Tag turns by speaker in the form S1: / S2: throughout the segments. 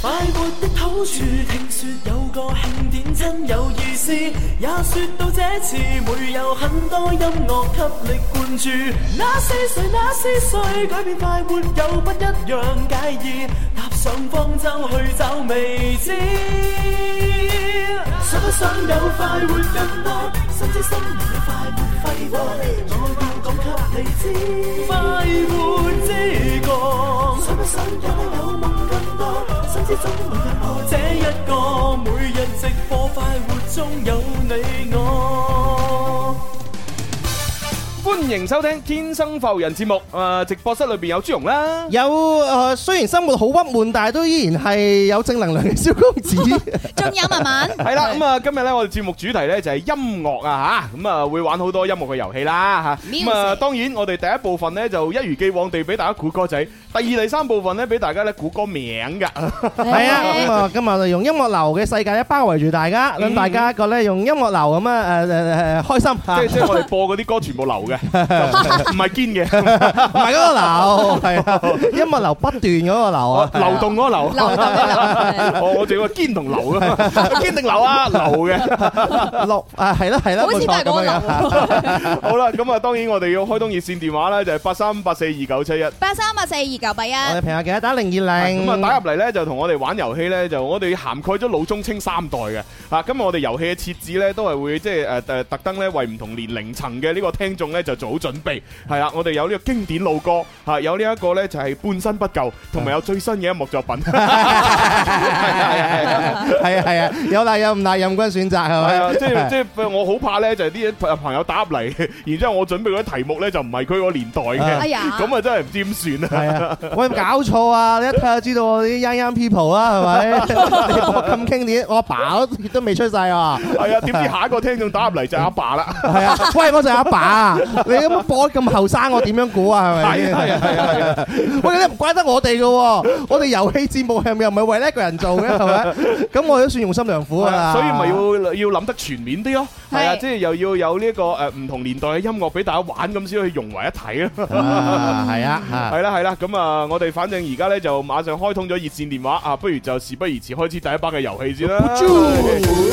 S1: 快活的好處，聽說有個慶典真有意思，也說到這次會有很多音樂給力灌注。那是誰？那是誰？改變快活有不一樣介意，踏上方舟去找未知。想不想有快活更多？心知心明有快活揮霍，我要講給你知，快活之歌。想不想有得有夢？心之中沒有我這一個，每日直播快活中有你我。
S2: 歡迎收聽《天生浮人》節目。誒，直播室裏邊有朱容啦，
S3: 有誒，雖然生活好鬱悶，但係都依然係有正能量嘅蕭公子。
S4: 仲有文文，
S2: 係啦。咁啊，今日咧我哋節目主題咧就係音樂啊嚇，咁啊會玩好多音樂嘅遊戲啦嚇。咁啊，
S4: Music
S2: 當然我哋第一部分咧就一如既往地俾大家估歌仔，第二、第三部分咧俾大家咧估歌名㗎。
S3: 係啊，咁啊，今日就用音樂流嘅世界咧包圍住大家，等大家一個咧用音樂流咁啊誒誒誒 開心嚇，
S2: 即係即係我哋播嗰啲歌全部流 嘅，就唔係堅嘅，
S3: 唔係嗰個 流，係啊，音樂流不斷嗰個流啊，
S2: 流動嗰個流。
S4: 哦 流動 嘅
S2: 我我仲要話堅同流 啊，堅定流啊，流嘅。
S3: 六啊係啦係啦，
S4: 好似都
S3: 冇
S4: 係
S3: 錯
S4: 嗰個
S3: 咁樣啊
S4: 流。
S2: 好啦，咁啊，當然我哋要開通熱線電話咧，就係八三八四二九七一。
S4: 八三八四二九八一，
S2: 嗯
S3: 我哋朋友記得打零二零，
S2: 咁啊，打入嚟咧就同我哋玩遊戲咧，就我哋涵蓋咗老中青三代嘅。啊，今日我哋遊戲嘅設置咧，都係會即係誒誒特登咧為唔同年齡層嘅呢個聽眾咧就做好準備。係啦，我哋有呢個經典老歌，嚇有呢一個咧就係半新不舊，同埋有最新嘅音樂作品。係啊係 啊。
S3: 係啊係啊，有大有唔大任君選擇係
S2: 係
S3: 咪
S2: 啊，？即 係即係我好怕咧，就係啲朋朋友打入 嚟，然之後我準備嗰啲題目咧就唔係佢個年代嘅，
S4: 哎呀
S2: 咁啊真係唔知點算啊！
S3: 係啊，喂，搞錯啊！你一睇就知道我啲 young young people 啦，係咪？你播咁經典，我阿爸都都未出世啊！
S2: 係啊，點知下一個聽眾打入嚟就係阿爸啦，
S3: 係啊，喂，我就係阿爸啊！你咁樣播咁後生，我點樣估啊？係咪
S2: 係
S3: 先？
S2: 啊係啊係啊係啊！
S3: 喂，你唔怪得我哋嘅喎，我哋遊戲節目係咪又唔係為呢一個人做嘅 係咪？咁我都算用心良苦啊！
S2: 所以咪要要諗得全面啲咯，係啊，
S4: 係
S2: 即係又要有呢一個誒唔同年代嘅音樂俾大家玩，咁先可以融為一體咯。
S3: 啊係啊嚇
S2: 係啦係啦，咁啊，我哋反正而家咧就馬上開通咗熱線電話啊，不如就事不宜遲，開始第一班嘅遊戲先啦。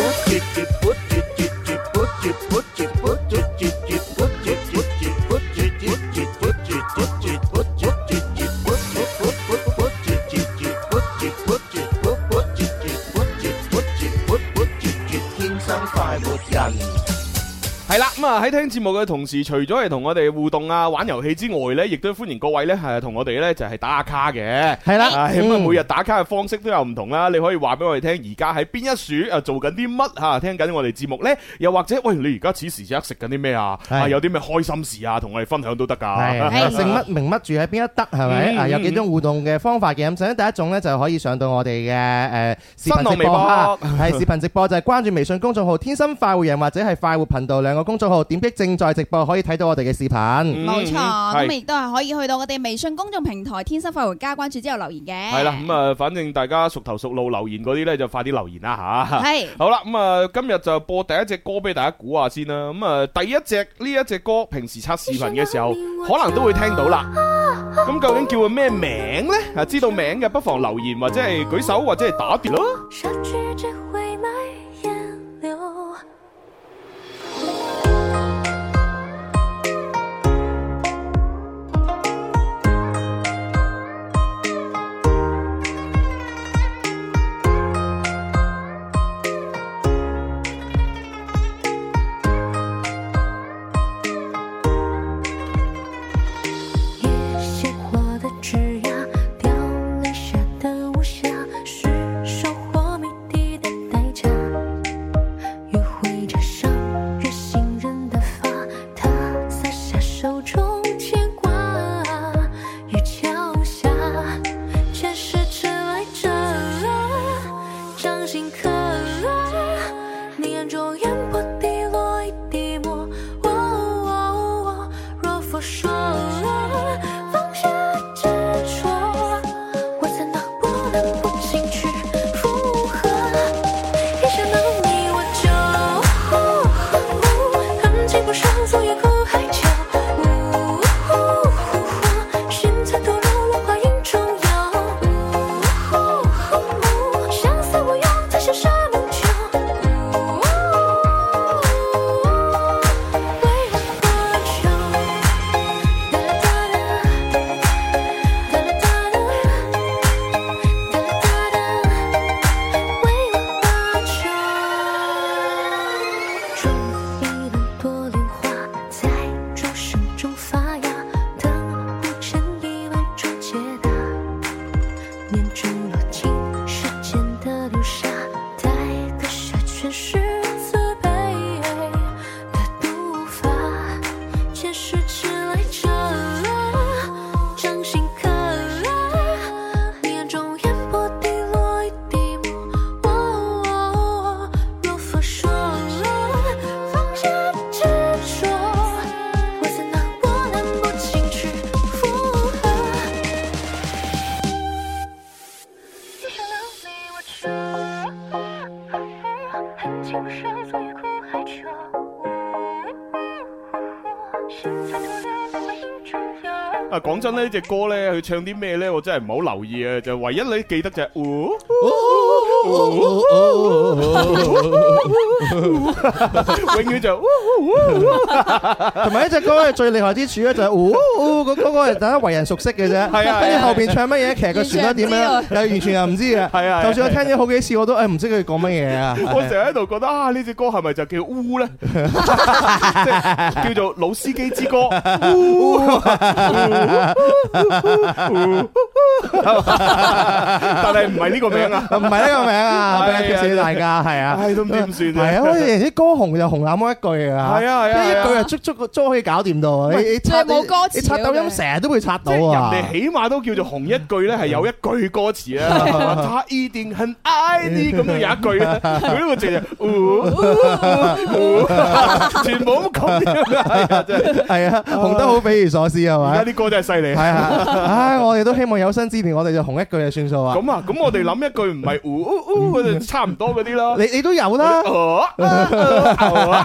S2: 系啦，咁啊喺聽節目嘅同時，除咗係同我哋互動啊、玩遊戲之外呢，亦都歡迎各位呢係同我哋呢就係打下卡嘅。
S3: 係啦，
S2: 唉咁啊，
S3: 嗯
S2: 每日打卡嘅方式都有唔同啦。你可以話俾我哋聽，而家喺邊一處啊做緊啲乜吓，聽緊我哋節目呢？又或者喂，你而家此時此刻食緊啲咩啊？
S3: 係
S2: 啊，有啲咩開心事啊，同我哋分享都得 㗎。
S3: 係姓乜名乜住喺邊一得係咪
S2: 啊嗯
S3: 啊？有幾種互動嘅方法嘅咁，首先第一種咧就可以上到我哋嘅誒視頻直播啦，係視頻直播就係關注微信公眾號「天生快活人」或者係快活頻道兩個公眾號，點擊正在直播可以睇到我哋嘅視 頻。
S4: 冇錯，
S2: 嗯係
S4: 咁亦都係可以去到我哋微信公眾平台天生快活家關注之後留言嘅。
S2: 係啦，咁啊，反正大家熟頭熟路留言嗰啲呢，就快啲留言啦吓。
S4: 係
S2: 好啦，咁、啊，今日就播第一隻歌俾大家估下先啦。咁、啊，第一隻呢一隻歌，平時刷視頻嘅時候，可能都會聽到啦。咁究竟叫佢咩名呢？啊，知道名嘅不妨留言或者係舉手或者係打碟咯。
S5: 删去只会埋眼流。叶鲜活的枝桠，凋零下的无暇，是收获谜底的代哦啊秋水昨夜空海秋，心在突然百花映春游。
S2: 啊，講真呢，呢只歌呢，佢唱啲咩呢？我真係唔好留意啊！就唯一你記得就係、 哦永遠就係哦
S3: 同埋呢只歌嘅最厲害之處咧，就係呜呜嗰嗰個係大家為人熟悉嘅啫。
S2: 係啊
S3: 跟住後邊唱乜嘢，其實個旋律點樣，又完全又唔知嘅。
S2: 係啊
S3: 就算我聽咗好幾次，我都哎誒唔知佢講乜嘢啊。
S2: 我成日喺度覺得啊，呢只歌係咪就叫烏咧？即係叫做老司機之歌。但係唔係呢個名啊？
S3: 唔係呢個名啊，俾人貼死大家，係啊。
S2: 唉，都唔知點算
S3: 係啊，好似啲歌紅就紅那麼一句啊。
S2: 係啊係啊
S3: 一
S2: 係啊
S3: 句就足足個都可以搞掂到啊。你你刷
S4: 即係冇歌詞
S3: 你刷抖音成日都會刷
S2: 即
S3: 到
S2: 係
S3: 啊。
S2: 人哋起碼都叫做紅一句咧，係有一句歌詞啊，係嘛他一定很愛你咁樣有一句啊，佢呢個直就呃，全部咁講係啊，真係
S3: 係啊，紅得好匪夷所思係
S2: 而
S3: 咪？
S2: 家啲歌真係犀利
S3: 係。啊，唉，我哋都希望有生之年，我哋就紅一句就算數啊。
S2: 咁啊，咁我哋諗一句唔係呜呜呜，就差唔多嗰啲啦。
S3: 你你都有啦。
S2: 哦啊啊呃
S4: 哦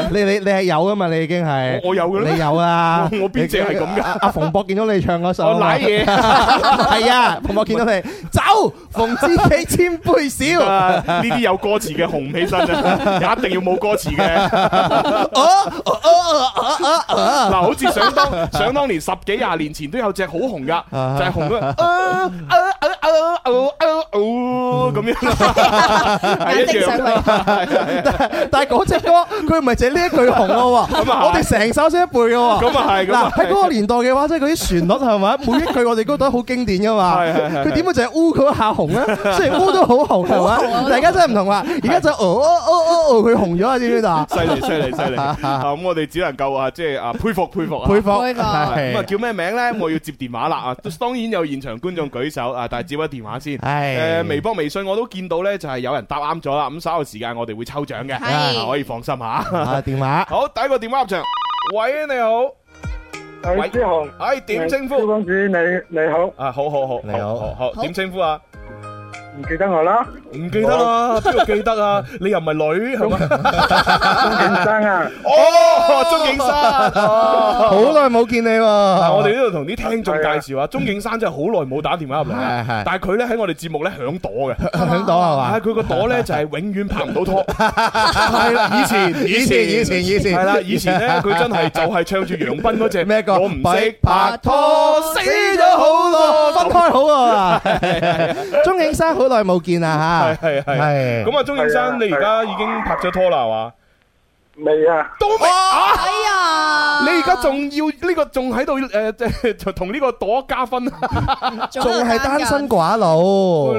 S3: 你你你係有噶嘛？你已經係
S2: 呃 我我有嘅咧
S3: 你有啦。
S2: 我我邊隻係咁㗎
S3: 你阿阿馮博見到你唱嗰首，
S2: 我舐嘢
S3: 係啊，馮博見到你走，馮知己千杯少。
S2: 啊呢啲有歌詞嘅紅唔起身啊，一定要冇歌詞嘅。
S3: Ờ,
S2: 嗱，好似想當想當年十幾廿年前都有隻好紅噶，就係紅咗啊啊啊啊啊啊咁樣，
S4: 眼睛上去。
S3: 但係嗰隻歌佢唔係淨係呢一句紅咯喎，
S2: 咁啊係
S3: 我哋成首先一背嘅喎。
S2: 咁啊係咁啊
S3: 嗱
S2: 係
S3: 喺嗰個年代嘅話，即係嗰啲旋 律係咪？每一句我哋都覺得好經典噶嘛。
S2: 係係係
S3: 佢點會就係烏嗰下紅咧？雖然烏都好紅係咪？大家真係唔同啦。而家就哦哦哦哦哦，佢紅咗啊！知唔知道啊？
S2: 犀利犀利犀利啊！咁我哋只能夠啊，即係啊佩服佩服啊！
S3: 佩服，
S4: 佩服
S2: 咁啊
S3: 係
S2: 叫咩名咧？我要接電話啦啊！當然有現場觀眾舉手啊，但係接咗電話先。
S3: 唉
S2: 誒，微博、微信我都見到咧，就係有人答啱咗啦。咁稍後時間我哋會抽獎嘅，
S4: 係
S2: 啊可以放心吓。
S3: 啊電話。
S2: 好，第一個電話入場。喂，你好，
S6: 喂，朱红，
S2: 哎，點稱
S6: 朱
S2: 呼？
S6: 公子，你你好，
S2: 啊，好好好，
S3: 你好
S2: 好好好，
S4: 好
S2: 點稱呼啊？
S6: 唔記得我啦，
S2: 唔記得啦，邊度記得啊？你又唔係女係嘛？
S6: 鍾景生啊，
S2: 哦，鐘景山，哦
S3: 好耐冇見你喎，
S2: 嗱，
S3: 我
S2: 我哋呢度同啲聽眾介紹啊，鐘景山真係好耐冇打電話入嚟啊
S3: 係係
S2: 但係佢咧喺我哋節目咧響朵嘅。
S3: 響到係
S2: 啊！
S3: 嘛？
S2: 佢個朵 咧就係永遠拍唔到拖，係啦，以前
S3: 以前以前以前
S2: 係啦，以 前咧佢真係就係唱住楊斌嗰隻
S3: 咩歌？
S2: 我唔識拍
S3: 拍拖，死咗好咯，分開好啊！ 鐘景生好耐冇見啦
S2: 係
S3: 吓，
S2: 係係。
S3: 係
S2: 咁啊，鐘景
S6: 係啊
S2: 山，你而家已經拍咗拖啦，係嘛？
S6: 未啊，
S2: 都未啊！
S4: 哎呀！
S2: 你而家仲要呢個仲喺度誒，即係 同呢個朵加分。啊
S4: 仲
S3: 仲係單身寡 佬，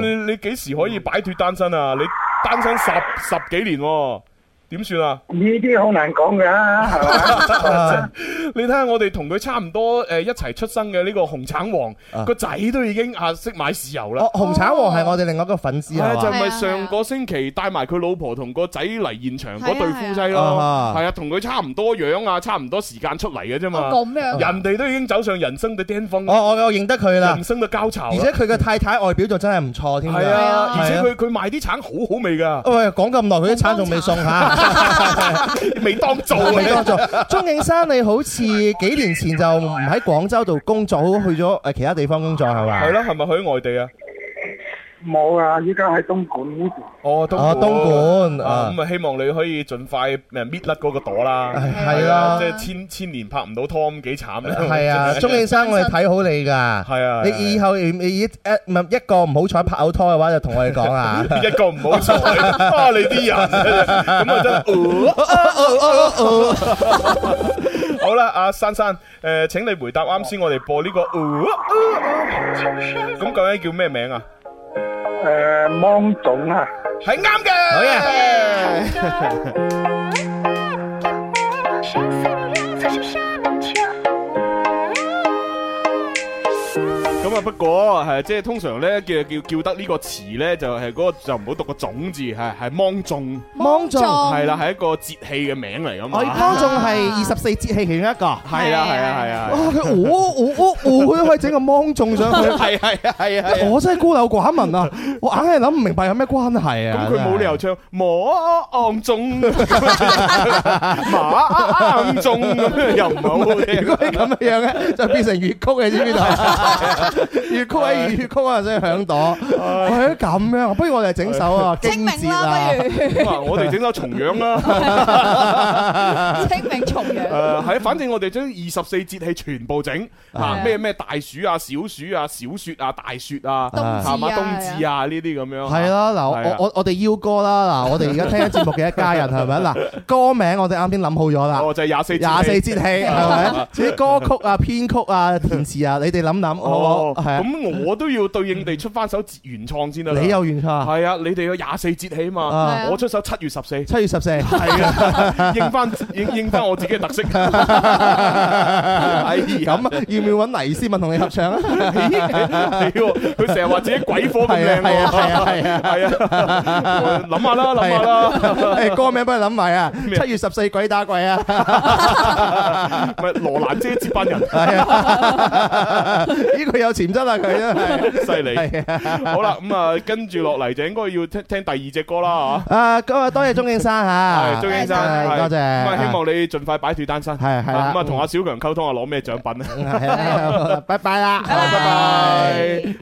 S2: 你你幾時可以擺脱單身啊？你單身十十幾年喎，點算啊？
S6: 呢啲好難講噶，係嘛？
S2: 你睇下我哋同佢差唔多誒一齊出生嘅呢個紅橙黃個仔都已經啊識買豉油啦
S3: 哦，。紅橙黃係我哋另外一個粉絲
S2: 係啊，就
S3: 係嘛？
S2: 咪上個星期帶埋佢老婆同個仔嚟現場嗰對夫妻
S3: 係啊係
S2: 咯
S3: 啊，
S2: 係啊，同佢差唔多樣啊，差唔多時間出嚟嘅啫嘛。
S4: 咁樣
S2: 人哋都已經走上人生嘅巔峰，
S3: 我我我認得佢啦
S2: 人，生嘅高潮
S3: 哦而
S2: 啦。
S3: 且佢嘅太太外表就真係唔錯添㗎。
S2: 係啊，
S4: 係啊
S2: 而且
S3: 係
S2: 佢佢賣啲橙好好味 㗎，
S3: 喂，講咁耐，佢啲餐仲未 送嚇，
S2: 未當做啊
S3: 未 多做。鐘景生，你好似幾年前就唔喺廣州度工作，去咗誒其他地方工作係嘛？
S2: 係啦，係咪去外地啊？
S6: 冇啊，依家喺東莞呢度，
S2: 哦，東
S3: 哦東莞
S2: 啊
S3: 啊
S2: 咁啊，希望你可以盡快誒搣甩嗰個朵啦。
S3: 唉係啦
S2: 即係千千年拍唔到拖咁幾慘咧。
S3: 係啊，
S2: 真係
S3: 鍾景生，我哋睇好你㗎。
S2: 係啊
S3: 你以後你你一唔係一個唔好彩拍嘔拖嘅話，就同我哋講 啊。
S2: 一個唔好彩啊！你啲人咁啊真係。呃好啦，阿珊珊，誒請你回答啱先我哋播呢個呃呃呃咁究竟叫咩名啊？
S6: 誒，芒種啊，
S2: 係啱嘅。
S3: 好
S2: 嘅。
S5: 相思的人才是沙门丘。
S2: 咁啊，不過係即係通常咧叫叫叫得呢個詞咧，就係嗰個就唔好讀個種字，係係芒種，
S3: 芒種
S2: 係啦，係一個節氣嘅名嚟噶嘛。
S3: 我芒種係二十四節氣其中一個。哇！
S2: 係啦，係啊，係啊，
S3: 佢哦哦哦哦，佢都可以整個芒種上去。
S2: 係啊係啊，係啊，係啊。
S3: 我真係孤陋寡聞啊！我硬係諗唔明白有咩關係啊！
S2: 咁佢冇理由唱芒種， 芒種咁又唔係好好
S3: 如果係
S2: 聽。
S3: 咁樣咧，就變成粵曲，你知唔知道？ 粵曲喺粵曲啊，真係響朵。係咁樣，不如我哋整首 啊，
S4: 清
S3: 經
S4: 明
S3: 節
S4: 啦，
S3: 啊
S4: 不。如
S2: 咁啊，我哋整首重樣啦。啊
S4: 清明重陽。
S2: 誒係，啊反正我哋將二十四節氣全部整嚇，
S3: 啊
S4: 係
S2: 咩咩大暑啊、小暑啊、小雪啊、大雪啊，
S4: 冬至啊
S2: 係嘛
S4: 係啊
S2: 冬至啊呢啲咁樣。
S3: 係啦，嗱，
S2: 係啊
S3: 我我我哋邀歌 啦，嗱，我哋而家聽緊節目嘅一家人係咪？嗱，歌名我哋啱先諗好咗啦，
S2: 哦，就係廿四
S3: 廿四 節氣係咪？至於歌曲啊、編曲啊、填詞啊，你哋諗諗，
S2: 哦
S3: 我，係啊，
S2: 咁我都要對應地出翻首原創先得啦。
S3: 你有原創
S2: 係啊，你哋有廿四節氣嘛？
S3: 啊，
S4: 啊
S2: 我出首七月十四。
S3: 七 月十四，
S2: 係啊， 應翻應應翻我自己嘅特色。哎呀
S3: 咁啊要唔要揾黎思敏同你合 唱啊？啊
S2: 係啊喎佢成日話自己鬼火咁靚喎，
S3: 係啊係啊係啊
S2: 係啊，諗下啦，諗下啦，
S3: 誒，歌名幫你諗埋啊，
S2: 咩啊
S3: 七月十四鬼打鬼啊！
S2: 咪羅蘭姐接班人，
S3: 係啊，呢個有潛質啊，佢真係。
S2: 犀利。
S3: 係啊，
S2: 好啦，咁啊，跟住落嚟就應該要聽聽第二隻歌啦
S3: 啊，咁啊，多謝鐘景山
S2: 嚇。
S3: 嚇，
S2: 係張先生，
S3: 係
S2: 係
S3: 多謝。
S2: 咁啊，希望你盡快擺脱單身。
S3: 係係啦
S2: 咁啊，同阿小強溝通下攞咩獎品 啊。
S3: 係啦拜拜啦，
S2: 好拜
S4: 拜
S2: 拜。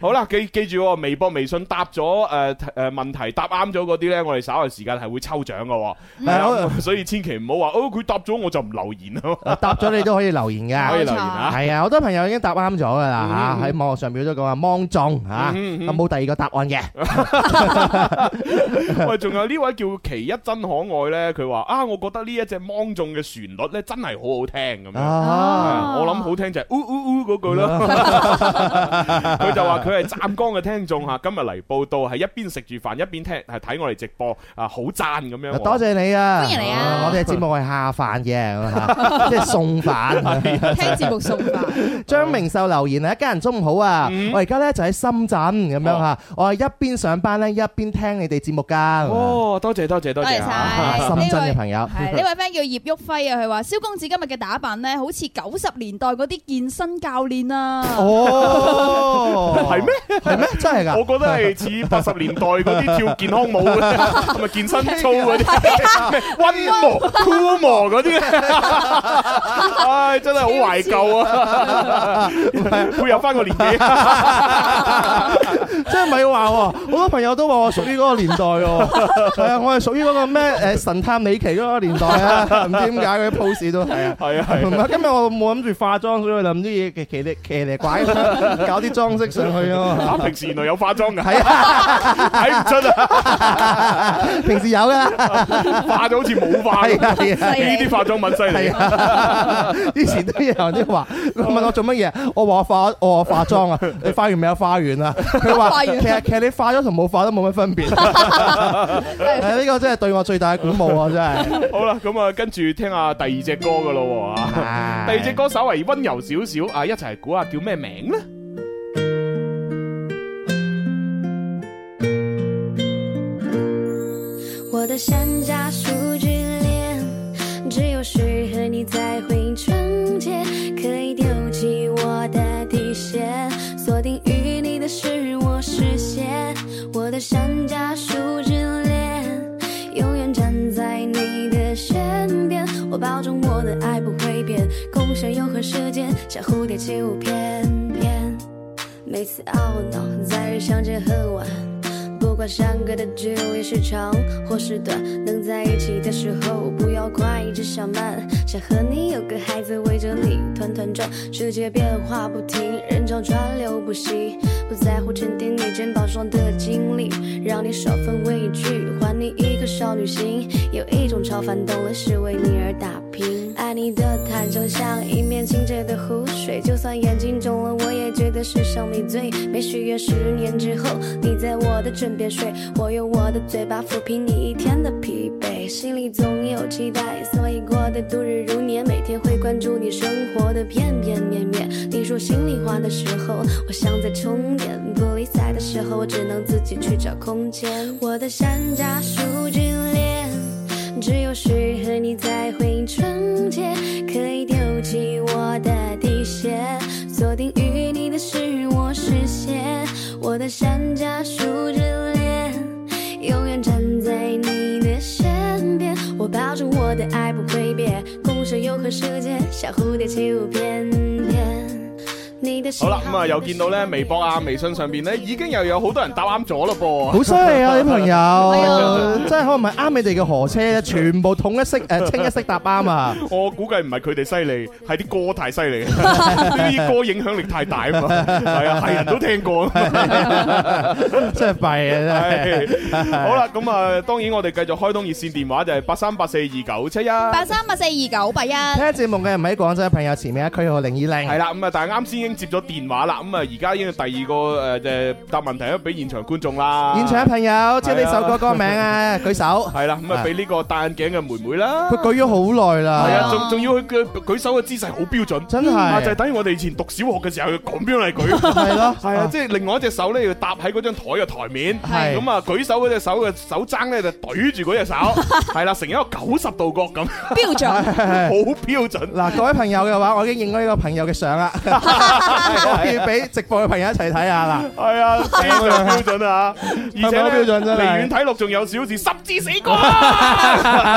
S2: 好啦，記記住喎，微博、微信答咗誒誒問題，答啱咗嗰啲咧，我哋稍後時間係會抽獎嘅喎。係
S3: 好
S2: 啊所以千祈唔好話哦，佢答咗我就唔留言啊。
S3: 答咗你都可以留言
S2: 可以
S3: 㗎。
S2: 留言啊。
S3: 係啊，好多朋友已經答啱咗㗎啦 à, 嚇，喺網絡上表咗講話芒種嚇，啊
S2: 嗯嗯嗯
S3: 冇第二個答案嘅。
S2: 喂，仲有呢位叫奇一真可愛咧，佢話啊，我覺得呢一隻芒種嘅旋律咧，真係好好聽咁樣。
S3: 啊，
S2: 啊我諗好聽就係呜呜呜嗰句啦，
S3: 啊
S2: 佢就話佢係湛江嘅聽眾吓，今日嚟報道係一邊食住飯一邊聽，係睇我哋直播啊，好讚咁樣喎。
S3: 多謝你啊！
S4: 歡迎你啊
S3: 我哋嘅節目係下飯嘅，咁啊即係送飯。
S4: 聽節目 送飯，
S3: 張明秀留言啊，一家人中午好啊！我而家咧就喺深圳咁樣嚇，我係一邊上班咧一邊聽你哋節目㗎。
S2: 哦，多謝多謝多
S4: 多謝
S2: 謝啊。
S4: 晒
S3: 深圳嘅朋友
S4: 係呢位 friend 叫葉旭輝啊，佢話：蕭公子今日嘅打扮咧，好似九十年代嗰啲健身教練啊。
S3: 哦，
S2: 係咩？
S3: 係咩？真係㗎？
S2: 我覺得係似八十年代嗰啲跳健康舞咧， 同埋健身操嗰啲，咩溫磨、酷磨嗰啲 咧，唉，真係好懷舊 啊！配合翻個年紀，啊
S3: 真係咪話喎？好多朋友都話我屬於嗰個年代喎， 係啊，我係屬於嗰個咩誒神探李奇嗰個年代啊，唔知點解佢啲 pose 都係啊。
S2: 係啊
S3: 同
S2: 係啊。
S3: 埋今日我冇諗住化妝，所以諗啲嘢騎呢騎呢拐， 搞啲裝飾上去啊
S2: 啊！
S3: 嘛。
S2: 平時原來有化妝㗎，
S3: 係 啊，
S2: 睇唔出啊！
S3: 平時有㗎，
S2: 化咗好似冇化咁。
S3: 係啊
S2: 呢
S3: 係 啊。
S2: 啲化妝品犀利
S3: 係，啊，以前都有人話，佢問我做乜嘢，我話我化我話化妝啊，你化完未有化完啊？佢話
S4: 化完
S3: 其實其實你化咗同冇化都冇乜分 別，係呢個真係對我最大嘅鼓舞啊！真係。
S2: 好啦，咁啊，跟住聽下第二隻歌㗎咯喎啊！第二隻歌稍為温柔少少啊，一齊估下叫咩名咧？
S5: 我的山楂树之恋，只有适合你才会纯洁，可以丢弃我的底线，锁定与你的是我视线。我的山楂树之恋，永远站在你的身边，我保证我的爱不会变，空想又和时间像蝴蝶起舞翩翩。每次懊恼，在日相见恨晚。不管相隔的距离是长或是短，能在一起的时候不要快，只想慢。想和你有个孩子围着你团团转，世界变化不停，人潮川流不息。不在乎沉淀你肩膀上的经历，让你少份畏惧，还你一个少女心。有一种超凡动了，是为你而打拼。爱你的坦诚像一面清澈的湖水，就算眼睛肿了，我也觉得是上你醉。没许愿，十年之后你在我的枕边睡，我用我的嘴巴抚平你一天的疲惫，心里总有期待，所以过得度日如年。每天会关注你生活的片片面面，你说心里话的时候，我想再充电；不理睬的时候，我只能自己去找空间。我的山楂树皲裂，只有适合你才会纯洁，可以丢弃我的底线，锁定与你的是我视线。我的山楂树皲裂，永远站在你的身边。我保证我的爱不会变，拱手又和世界，小蝴蝶起舞翩翩。你的喜
S2: 好啦，
S5: 好
S2: 咁啊
S5: 你
S2: 又
S5: 的
S2: 見到
S5: 喜
S2: 咧
S5: 好
S2: 微博啊、微信上邊咧已經又有好多人答啱咗咯噃。
S3: 好犀利啊！啲朋
S4: 啊
S3: 友，真係可能唔係啱你哋嘅河車咧，全部統一式誒清一色答 啱啊！
S2: 我估計唔係佢哋犀利，係啲歌太犀 利，呢啲歌影響力太大啊嘛。係啊，係人都聽過。啊
S3: 真係弊啊！真係
S2: 係好啦，咁啊，當然我哋繼續開通熱線電話就係八三八四二九七一。
S4: 八三八四二九八一，
S3: 聽節目嘅唔喺廣州嘅朋友，前面一區號零二
S2: 係
S3: 零。
S2: 啦，咁啊，但係啱先已經接咗電話啦，咁啊，而家已經第二個誒誒答問題都俾現場觀眾啦。
S3: 現場嘅朋友，知道呢首歌歌名啊，舉手。
S2: 係啦，咁啊，俾呢個戴眼鏡嘅妹妹啦。
S3: 佢舉咗好耐啦。
S2: 係
S4: 係
S2: 啊，
S4: 啊
S2: 仲仲要佢舉舉手嘅姿勢好標準，
S3: 真係
S2: 啊就係等於我哋以前讀小學嘅時候，佢咁樣嚟舉。
S3: 係咯，
S2: 係啊，即係另外一隻手咧要搭喺嗰張台嘅台面，
S3: 係
S2: 咁啊舉手嗰隻手嘅手踭咧就懟住嗰隻手，係啦，成一個九十度角咁，
S4: 標準。
S2: 好標準。
S3: 嗱，各位朋友嘅話，我已經影咗呢個朋友嘅相 啦， 可以俾直播嘅朋友一齊睇 下啦。
S2: 係啊，非常標準啊！而
S3: 係咪
S2: 且
S3: 好
S2: 咧
S3: 標準真係
S2: 離遠睇落仲有小事，十字死光，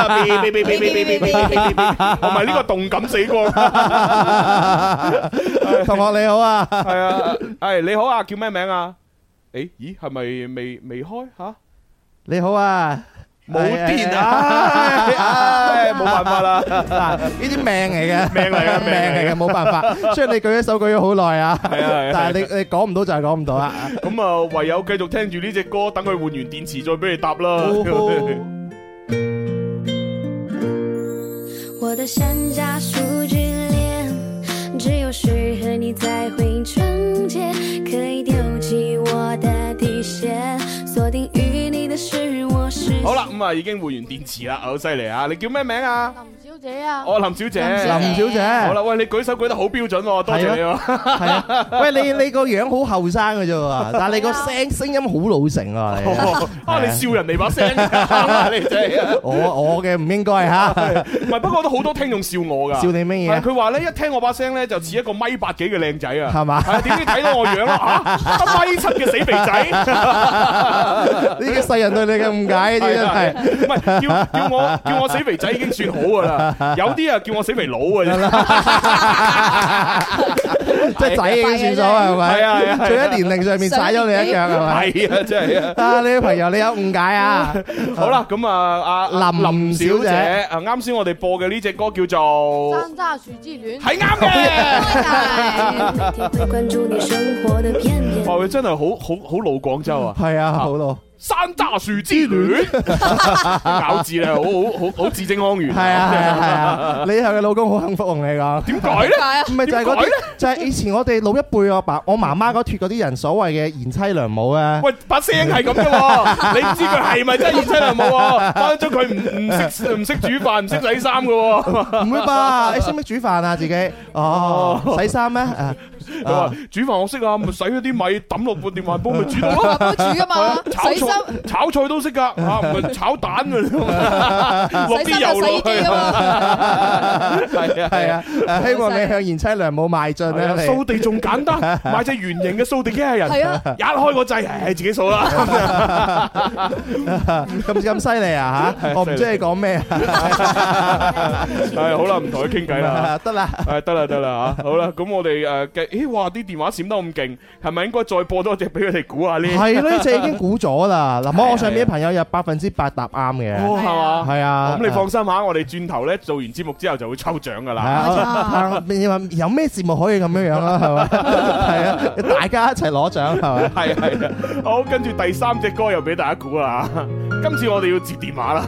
S2: 別別別別別別別別別同埋呢個動感死光。
S3: 同學你好啊，
S2: 係啊，係你好啊，叫咩名啊？誒，咦，係咪未未開嚇？
S3: 你好啊，
S2: 冇電
S3: 哎！哎
S2: 啊！
S3: 哎
S2: 唉，冇辦法啦。
S3: 嗱，呢啲命嚟嘅，
S2: 命嚟嘅
S3: 命嚟嘅，冇 辦法。雖然你舉咗手舉咗好耐啊，
S2: 係啊係啊
S3: 但係你你講唔到就係講唔到 啦。
S2: 咁啊，唯有繼續聽住呢只歌，等佢換完電池再俾你答啦。
S5: 我的山楂树皲裂，只有适合你才会纯洁，可以丢弃我的底线，锁定与你的是我视线。
S2: 好啦，咁啊已經換完電池啦，好犀利啊！你叫咩名啊？
S7: 林小姐啊，
S2: 我林小姐。
S4: 林
S3: 林小姐，
S2: 好啦，喂，你舉手舉得好標準喎，多謝你啊！
S3: 係啊，喂，你你個樣好後生嘅啫喎，但係你個聲聲音好 老成啊，你。
S2: 啊，你笑人哋把聲，你真係。
S3: 我我嘅唔應 該嚇，
S2: 唔係，不過都好多聽眾笑我㗎。
S3: 笑你乜嘢
S2: 係
S3: 啊？
S2: 佢話咧，一聽我把聲咧就似一個米八幾嘅靚仔啊，
S3: 係嘛
S2: 係點知睇到我 樣啦嚇，一米七嘅死肥仔，
S3: 呢個世人對你嘅誤解，呢啲真係。
S2: 唔係叫叫我叫我死肥仔已經算好㗎 啦，有啲啊叫我死肥佬㗎啫。
S3: 即係仔已經算咗係咪？
S2: 係啊係啊係啊
S3: 最喺年齡上面踩咗你一腳係咪？
S2: 係啊，真係啊！
S3: 啊，你嘅朋友你有誤 解啊！
S2: 好啦，咁啊，阿
S3: 林
S2: 小
S3: 小姐
S2: 啊，啱先我哋播嘅呢只歌叫做
S7: 山楂樹之戀。
S2: 係啱 嘅。
S5: 每天会关注你生活的片片。
S2: 哇！佢真係 好好好老廣州啊！
S3: 係啊，好咯，
S2: 山楂樹之戀，咬字咧，好好好好字正腔圓。
S3: 係啊係啊係啊！你係嘅老公好幸福，我同你講。
S2: 點解咧？
S3: 唔係就係嗰
S2: 點解
S3: 啲，就係以前我哋老一輩我爸我媽媽嗰脱嗰啲人所謂嘅賢妻良母咧，
S2: 喂，把聲係咁嘅喎，你唔知佢係咪真係現真係冇喎？分咗佢唔唔識唔識煮飯，唔識洗衫嘅喎。
S3: 唔 會吧？你識唔識煮飯啊？自己哦，洗 衫咩？啊
S2: 佢
S3: 啊
S2: 話煮飯我識啊，咪洗咗啲米抌落個電飯煲咪煮到咯。
S4: 我煮噶嘛，
S2: 炒菜
S4: 水深
S2: 炒菜都識㗎，啊唔係炒蛋啊，落
S4: 水
S2: 啲
S4: 深有
S2: 油落
S4: 洗衣
S2: 去
S4: 機啊嘛。
S2: 係啊
S3: 係啊，誒希望你向賢妻良母邁進
S2: 係
S3: 啦
S2: 啊，
S3: 你。
S2: 掃地仲簡單，買隻圓形嘅掃地機械人，
S4: 係啊
S2: 一開個掣，唉，自己掃啦。
S3: 咁咁犀利 啊
S2: 係啊
S3: 嚇！我唔知你講咩啊
S2: 係好啦，唔同佢傾偈啦。
S3: 得啦。
S2: 誒得啦得啦嚇，好啦，咁我哋誒嘅，咦哇啲電話閃得咁勁，係咪應該再播多隻俾佢哋估下呢？
S3: 係咯，呢隻已經估咗啦。嗱，
S2: 係啊
S3: 網上面啲朋友有百分之百答啱嘅，
S2: 哦係嘛？
S3: 係啊。
S2: 咁你放心下，我哋轉頭咧做完節目之後就會抽獎噶
S3: 係
S2: 啦。
S3: 啊，你話有咩節目可以咁樣樣啦？ 係嘛？係啊，大家一齊攞獎係咪？
S2: 係啊係啊，好，跟住第三隻歌又俾大家估啦嚇。今次我哋要接電話啦。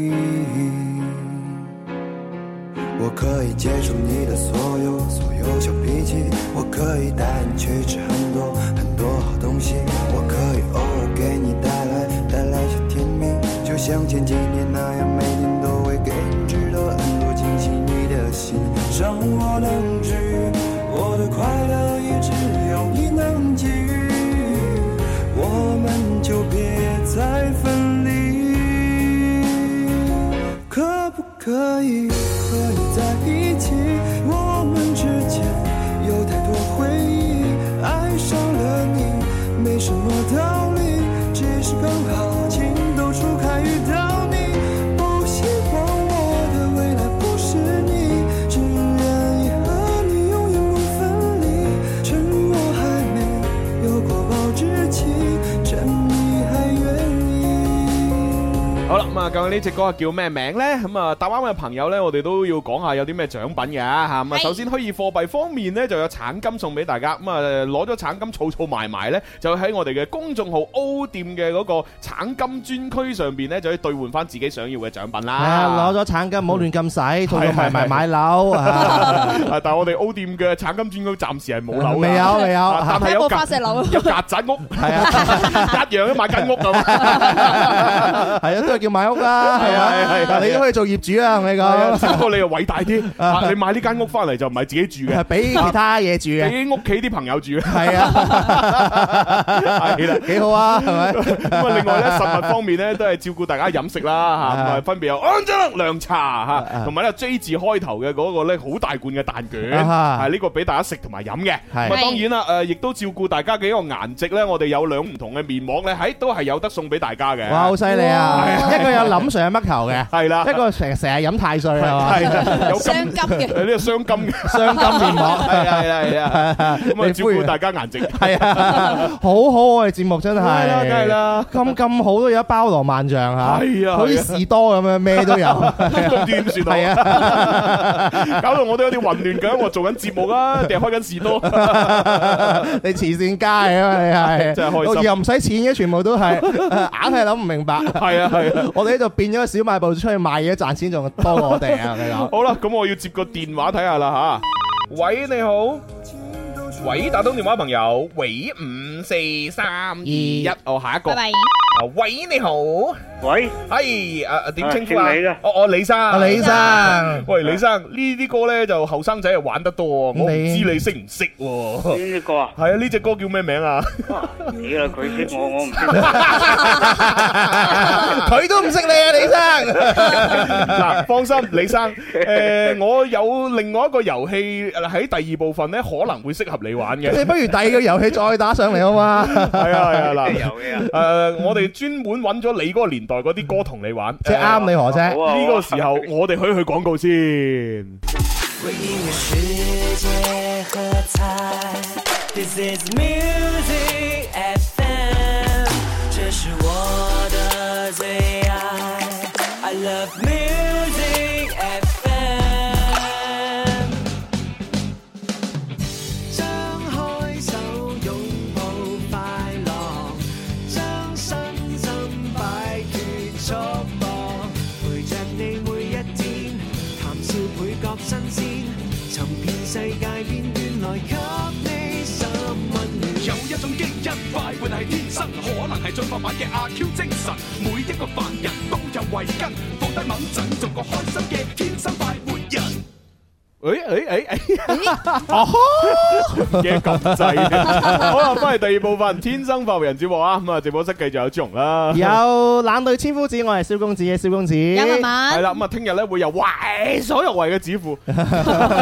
S8: 我可以接受你的所有所有小脾气，我可以带你去吃很多很多好东西，我可以偶尔给你带来带来些甜蜜，就像前几年那样，每天都会给你吃的很多惊喜，你的心让我能治愈，我的快乐也只有你能给予，我们就别再分离。可不可以和你在一起？我们之间有太多回忆，爱上了你没什么道理，只是刚好情窦初开遇到你。不希望我的未来不是你，只愿意和你永远不分离。趁我还没有过保质期，趁你还愿意。
S2: 好啦，咁啊，究竟呢只歌叫咩名呢？咁啊，答啱嘅朋友呢，我哋都要講下有啲咩獎品嘅吓。咁啊，
S4: 係
S2: 首先虛擬貨幣方面呢，就有橙金送俾大家。咁啊，攞咗橙金儲儲埋埋呢，就喺我哋嘅公眾號 O 店嘅嗰個橙金專區上邊呢，就可以兑換翻自己想要嘅獎品啦。
S3: 啊，攞咗橙金唔好亂咁使，套到埋埋 買樓啊！
S2: 啊但係我哋 O 店嘅橙金專區暫時係冇樓㗎
S3: 未有未有
S2: 啊但 係
S4: 睇有
S2: 有
S4: 冇
S2: 曱
S4: 花石樓
S2: 有曱甴屋，係啊， 一樣都買間屋 咁。
S3: 係啊，都係叫買屋啦，係
S2: 係係係
S3: 啊，你都可以做業主啊，同你
S2: 係 啊，
S3: 講，
S2: 只不過你又偉大啲，啊你買呢間屋翻嚟就唔係自己住嘅
S3: 係。俾其他嘢住嘅，
S2: 俾屋企啲朋 友住，
S3: 係啊，
S2: 係啦
S3: 幾好啊，係咪？
S2: 咁啊，另 外咧實物方面咧都係照顧大家飲食啦嚇，咁
S3: 係
S2: 啊
S3: 啊
S2: 分別有安德涼茶嚇，
S3: 啊
S2: 同埋咧 J 字開頭嘅嗰個咧好大罐嘅蛋卷，
S3: 啊哈
S2: 係呢個俾大家食同埋飲嘅。
S3: 係
S2: 咁啊當然啦，誒亦都照顧大家嘅一個顏值咧，我哋有兩唔同嘅面膜咧，喺都係有得送俾大家嘅。
S3: 哇，好犀利啊！
S4: 哇
S3: 一個有諗上乜 球嘅，
S2: 係啦，
S3: 一個成成日飲太歲啊，
S2: 係啦， 有金
S4: 雙金
S2: 誒
S4: 嘅。
S2: 呢個雙金嘅，
S3: 雙金面膜，
S2: 係啊係啊係啊，咁啊
S3: 你
S2: 照
S3: 呼籲
S2: 顧大家顏值，係
S3: 係啊，好好我哋節目真係，
S2: 啦，梗係。啦。
S3: 咁咁好都有一包羅萬象嚇，
S2: 係啊
S3: 好似士多咁樣 咩都有，
S2: 咁點算
S3: 係
S2: 啊？
S3: 啊，
S2: 搞到我都有啲混亂緊，我做緊節目啊，定係開緊士多？
S3: 你慈善家嚟啊嘛，你係
S2: 真係開心
S3: 又唔使錢嘅，全部 都係，硬係諗唔明白。
S2: 係啊係啊。
S3: 我哋呢度變咗個小賣部出去賣嘢賺錢仲多過我哋啊！你講
S2: 好啦，咁我要接個電話睇下啦吓。喂，你好。喂，打通電話朋友，喂五四三二一，哦，下一個。
S4: 拜拜。
S2: 啊喂，你好。
S6: 喂，
S2: 係啊，啊點稱呼
S6: 啊姓李
S2: 啊
S6: 嘅？
S2: 哦哦，李生。
S3: 阿 李生，
S2: 喂，李生呢啲歌咧就後生仔係玩得多喎，我唔
S3: 你
S2: 知你識唔識 喎。
S6: 邊一個啊？
S2: 係啊，呢只歌叫咩 名啊？
S6: 你啦，佢識我，我唔識。
S3: 佢都唔識你啊，李生。
S2: 嗱，放心，李生，诶，我有另外一個遊戲呃喺第二部分咧，可能會適合你玩嘅。
S3: 你不如第二個遊戲再打上嚟 好嘛？
S2: 係啊係啊，嗱，
S6: 有嘅啊
S2: 誒、我哋專門揾咗你嗰個年代嗰啲歌同你玩，呃
S3: 即係啱你何
S6: 好
S3: 啫？
S6: 啊
S2: 呢個時候，我哋去去廣告先。
S1: 为音乐世界喝彩。This is music FM，这是我的最爱。I love music FM。张开手，擁抱快樂，將身心擺脱束縛，陪着你每一天，談笑倍覺新鮮，尋遍世界邊緣來給你心温暖。
S7: 有一種基因快活係天生，可能係進化版嘅阿 Q 精神。每一個凡人都有慧根，放低猛陣，做個開心嘅天生快活人。
S2: 誒誒誒誒，哦，嘅咁滯。好啦，翻嚟第二部分《天生發福人》節目啊，咁啊，直播室繼續有朱容啦。
S3: 有冷對千夫指，我係蕭公子嘅蕭公子。
S4: 有文
S2: 係
S4: 文，
S2: 啦，咁啊，聽日咧會有為所欲為嘅指父，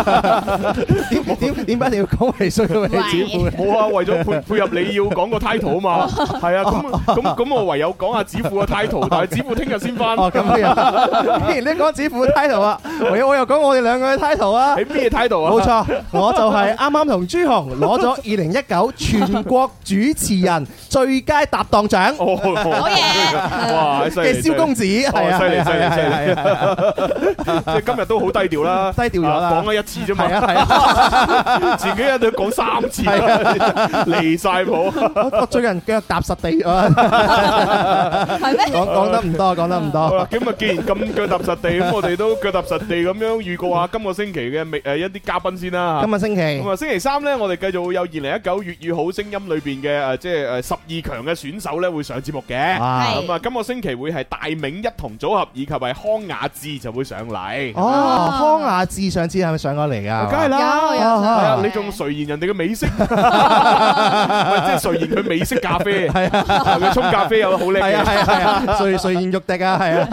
S3: 點點點解你要講係需要你指父
S2: 冇啊，為咗配配合你要講個 title 啊嘛，係啊，咁咁咁，我唯有講下指父嘅 title，但係指父聽日先翻。
S3: 哦，咁樣。既然你講指父 title 啊，我又我又講我哋兩個嘅 title 啊。啦。
S2: 喺咩態度啊？
S3: 冇錯，我就係啱啱同朱 紅攞咗二零一九全國主持人最佳搭檔獎
S2: 哦，好
S4: 嘢
S2: 哇，犀利！
S3: 嘅蕭公子，係啊，
S2: 犀利犀利犀利
S3: 係啊係啊
S2: 即係今日都好低調啦，
S3: 低調咗啦
S2: 啊講咗一次啫
S3: 係啊
S2: 嘛，
S3: 係啊！
S2: 自己喺度講三次啦，離晒譜。
S3: 我我最近腳踏實地 啊，
S4: 係咩？
S3: 講講得唔多，講得唔
S2: 好
S3: 多
S2: 啦，。咁啊，既然咁腳踏實地，咁我哋都腳踏實地咁樣預告下今個星期嘅未誒一啲嘉賓先啦。
S3: 今日星期
S2: 咁。啊，星期三咧，我哋繼續會有二零一九粵語好聲音裏邊嘅誒，即係誒十二強嘅選手咧會上節目嘅。
S3: 哇
S2: 咁啊，今個星期會係大明一同組合，以及係康雅智就會上嚟。
S3: 哦，康雅智上次係咪上過嚟噶？
S2: 梗係啦，
S4: 有有
S2: 係啊
S4: 有！
S2: 你仲垂涎人哋嘅 美式，唔係即係垂涎佢美式咖啡，係啊，佢沖咖啡有好叻
S3: 係啊
S2: 嘅，
S3: 係啊 係啊，垂垂涎欲滴啊，係啊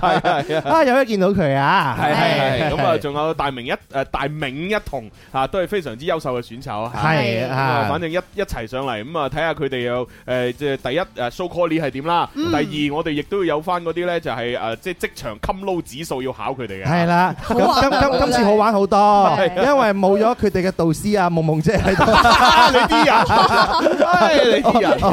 S2: 係啊
S3: 啊，有一見到佢啊，
S2: 係係
S3: 係
S2: 咁啊，仲有大明一誒大明一同啊，都係非常之優秀嘅選手嚇。
S3: 係
S2: 咁啊，反
S3: 啊，
S2: 正一一齊上嚟咁啊，睇下佢哋又誒即係第一誒 so call 係點啦，第二我哋亦都要有翻嗰啲咧就係誒即係職場襟撈指數要考佢哋嘅。
S3: 係啦，咁今今今次好玩好多，因為冇咗佢哋嘅導師啊，夢夢姐喺度，
S2: 啊，你啲人， 唉，你啲人。
S3: 我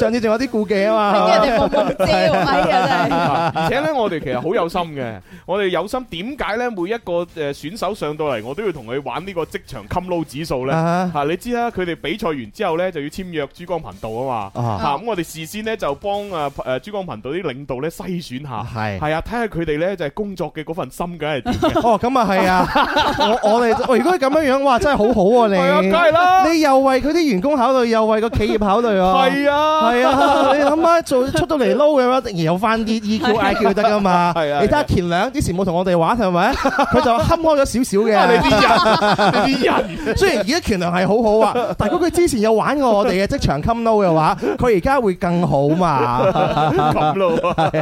S3: 上次仲有啲顧忌啊嘛，
S4: 人哋冇冇遮喎，咪
S3: 哦
S4: 啊真係。
S2: 而且咧，我哋其實好有心嘅。我哋有心點解咧？每一個誒選手上到嚟，我都要同佢玩呢個職場襟撈指數咧。
S3: 啊
S2: 嚇，你知啦，佢哋比賽完之後咧，就要簽約珠江頻道啊嘛。
S3: 啊
S2: 嚇，咁我哋事先咧就幫誒誒珠江頻道啲領導咧篩選下，
S3: 係
S2: 係啊，睇下佢哋咧就係工作嘅嗰份心梗係點嘅。
S3: 哦，咁啊 係啊，我我哋喂如果咁樣樣，哇，真係好好喎
S2: 係啊，梗
S3: 你，
S2: 係啦，
S3: 你又為佢啲員工考慮，又為個企業考慮啊，
S2: 係啊，
S3: 係啊，你諗下做出到嚟撈嘅話，一定有 翻啲 EQ、IQ 得噶嘛。
S2: 係啊
S3: 你睇下乾良之前冇同我哋玩係咪？佢就坎開咗少少嘅。
S2: 啊，你啲人。
S3: 雖然而家乾良係好好 啊，但如果佢之前有玩過我哋嘅職場襟撈嘅話，佢而家會更 好嘛。
S2: 咁咯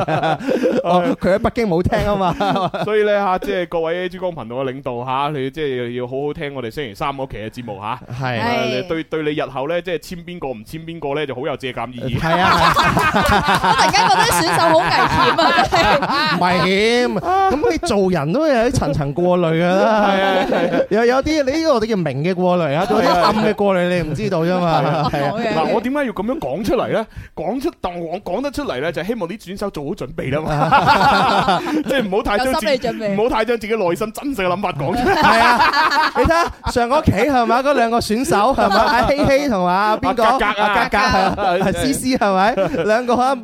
S3: 哦佢喺北京冇聽啊嘛。
S2: 喎，所以咧吓，即係各位珠江頻道嘅領導吓，你即係要好好聽我哋星期三嗰期嘅節目吓。誒
S3: 係。
S4: 係
S2: 你對對你日後咧，即係簽邊個唔簽邊個咧，就好有借鑑意義。
S3: 係啊，
S4: 我突然間覺得選手好危險啊！真係
S3: 係危險。咁你做人都有啲層層過濾㗎
S2: 係啊
S3: 啦。
S2: 係啊
S3: 又有啲你呢個我哋叫明嘅 過濾啊，仲有啲暗嘅過濾你唔知道啫嘛。係啊。
S4: 嘅
S2: 嗱，我點解要咁樣講出嚟咧？講出當我講得出嚟咧，就希望啲選手做好準備啦嘛， 即係唔好太將自
S4: 有心理準
S2: 唔
S4: 備
S2: 好太將自己內心真實嘅諗法講出嚟。
S3: 系啊，你睇下上嗰期係咪嗰兩個選手係咪阿希希同埋阿邊個
S2: 阿格格啊
S3: 阿格格 係啊思思係咪兩個啊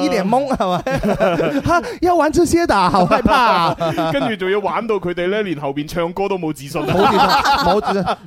S3: 伊蓮蒙係咪？ 哈，要玩這些的，好 害怕啊，
S2: 跟住仲要玩到佢哋咧，連後邊唱歌都冇自信。啊
S3: 冇自信，冇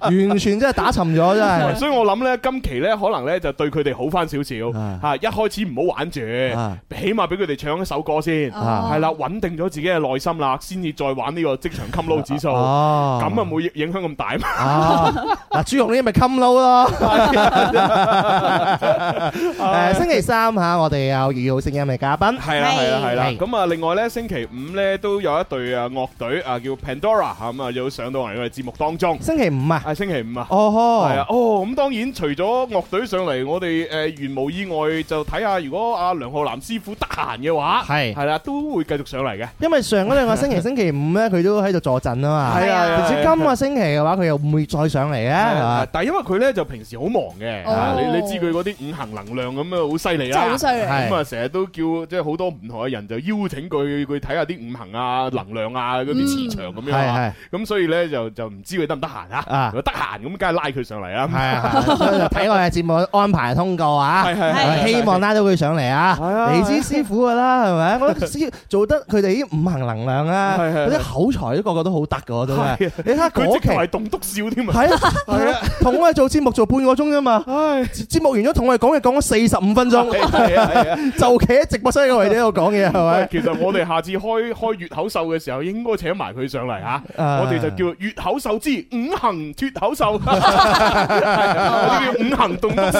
S3: 自信，完全真係打沉咗真 係。
S2: 所以我諗咧，今期咧可能咧就對佢哋好翻少少
S3: 啊
S2: 嚇，一開始唔好玩住，
S3: 啊
S2: 起碼俾佢哋唱一首歌先，
S4: 哦
S2: 係啦，穩定咗自己嘅內心啦，先至再玩呢個職場襟撈指數，咁
S3: 哦，
S2: 啊冇影響咁大嘛。
S3: 啊，嗱朱紅呢啲咪襟撈咯。 誒，星期三吓，我哋有粵語好聲音嘅嘉賓，
S2: 係啦，係啦，係啦。
S3: 係
S2: 咁啊，另外咧，星期五咧都有一隊啊樂隊啊叫 Pandora 嚇咁啊，要上到嚟我哋節目當中。
S3: 星期五啊，
S2: 啊，星期五啊。
S3: 哦呵，
S2: 係啊，哦，咁當然除咗樂隊上嚟，我哋誒原無意外就睇下，如果阿梁浩南師傅得閒嘅話，
S3: 係
S2: 係啦，都會繼續上嚟嘅。
S3: 因為上嗰兩個星期星期五咧，佢都喺度坐陣啊嘛。
S2: 係啊係啊
S3: 唔知今個星期嘅話，佢又會唔會再上嚟咧？係嘛
S2: 但係因為佢咧就平時好忙嘅，
S4: 哦
S2: 啊你你知佢嗰啲五行能量咁啊，好犀利
S4: 真係
S2: 啦
S4: 好。犀利。
S3: 係
S2: 咁啊，成日都叫即係好多唔同嘅人就邀請佢，佢睇下啲五行啊、能量啊、嗰啲磁場咁樣啊。咁所以咧就就唔知佢得唔得閒
S3: 啊
S2: 啊？如果得閒咁，梗係拉佢上嚟
S3: 係
S2: 啦。
S3: 啊，係啊所以就睇我哋節目安排通告啊
S2: 係係
S4: 係，
S3: 希望拉到佢上嚟啊！
S2: 啊
S3: 你知師傅噶 啦，係咪？我師做得佢哋啲五行能量啊，
S2: 係係
S3: 嗰啲口才都個個都好得噶，真係。你睇下
S2: 佢
S3: 嗰
S2: 直
S3: 期
S2: 頭係棟篤笑 添啊！
S3: 係啊，係啊，同我哋做節目做半個鐘啫嘛，
S2: 唉，
S3: 節目完咗同我哋講嘢講咗四十五分鐘，
S2: 係啊係啊係啊！
S3: 就企喺直播室嘅位置喺度講嘢，係
S2: 喂
S3: 咪？
S2: 其實我哋下次開開粵口秀嘅時候，應該請埋佢上嚟嚇。
S3: 啊
S2: 我哋就叫粵口秀之五行脱口秀，我哋叫五行棟篤笑。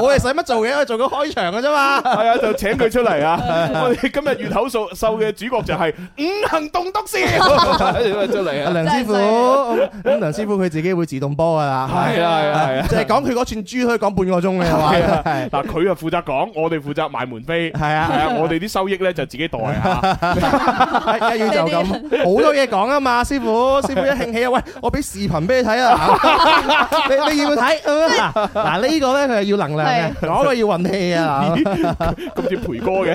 S3: 我哋使乜做嘢？我哋做個開場嘅啫嘛。
S2: 係啊，就請佢出嚟啊！我哋今日粵口秀秀嘅主角就係五行棟篤笑，出嚟
S3: 阿
S2: 啊！
S3: 梁師傅，
S4: 真係
S3: 咁梁師傅佢自己會自自動波噶啦，
S2: 係啊係啊係啊
S3: 就係講佢嗰串珠可以講半個鐘嘅話，
S2: 係啊
S3: 係
S2: 嗱，佢啊負責講，我哋負責賣門飛。
S3: 係啊
S2: 係啊，我哋啲收益咧就自己袋嚇。
S3: 係一要就咁，好多嘢講啊嘛，師 傅，師傅一興起啊，喂，我俾視頻俾你 睇啊，你你要唔要睇咁樣 嗱嗱呢個咧佢係要能量 嘅，嗰個要運氣啊，
S2: 咁似培哥嘅，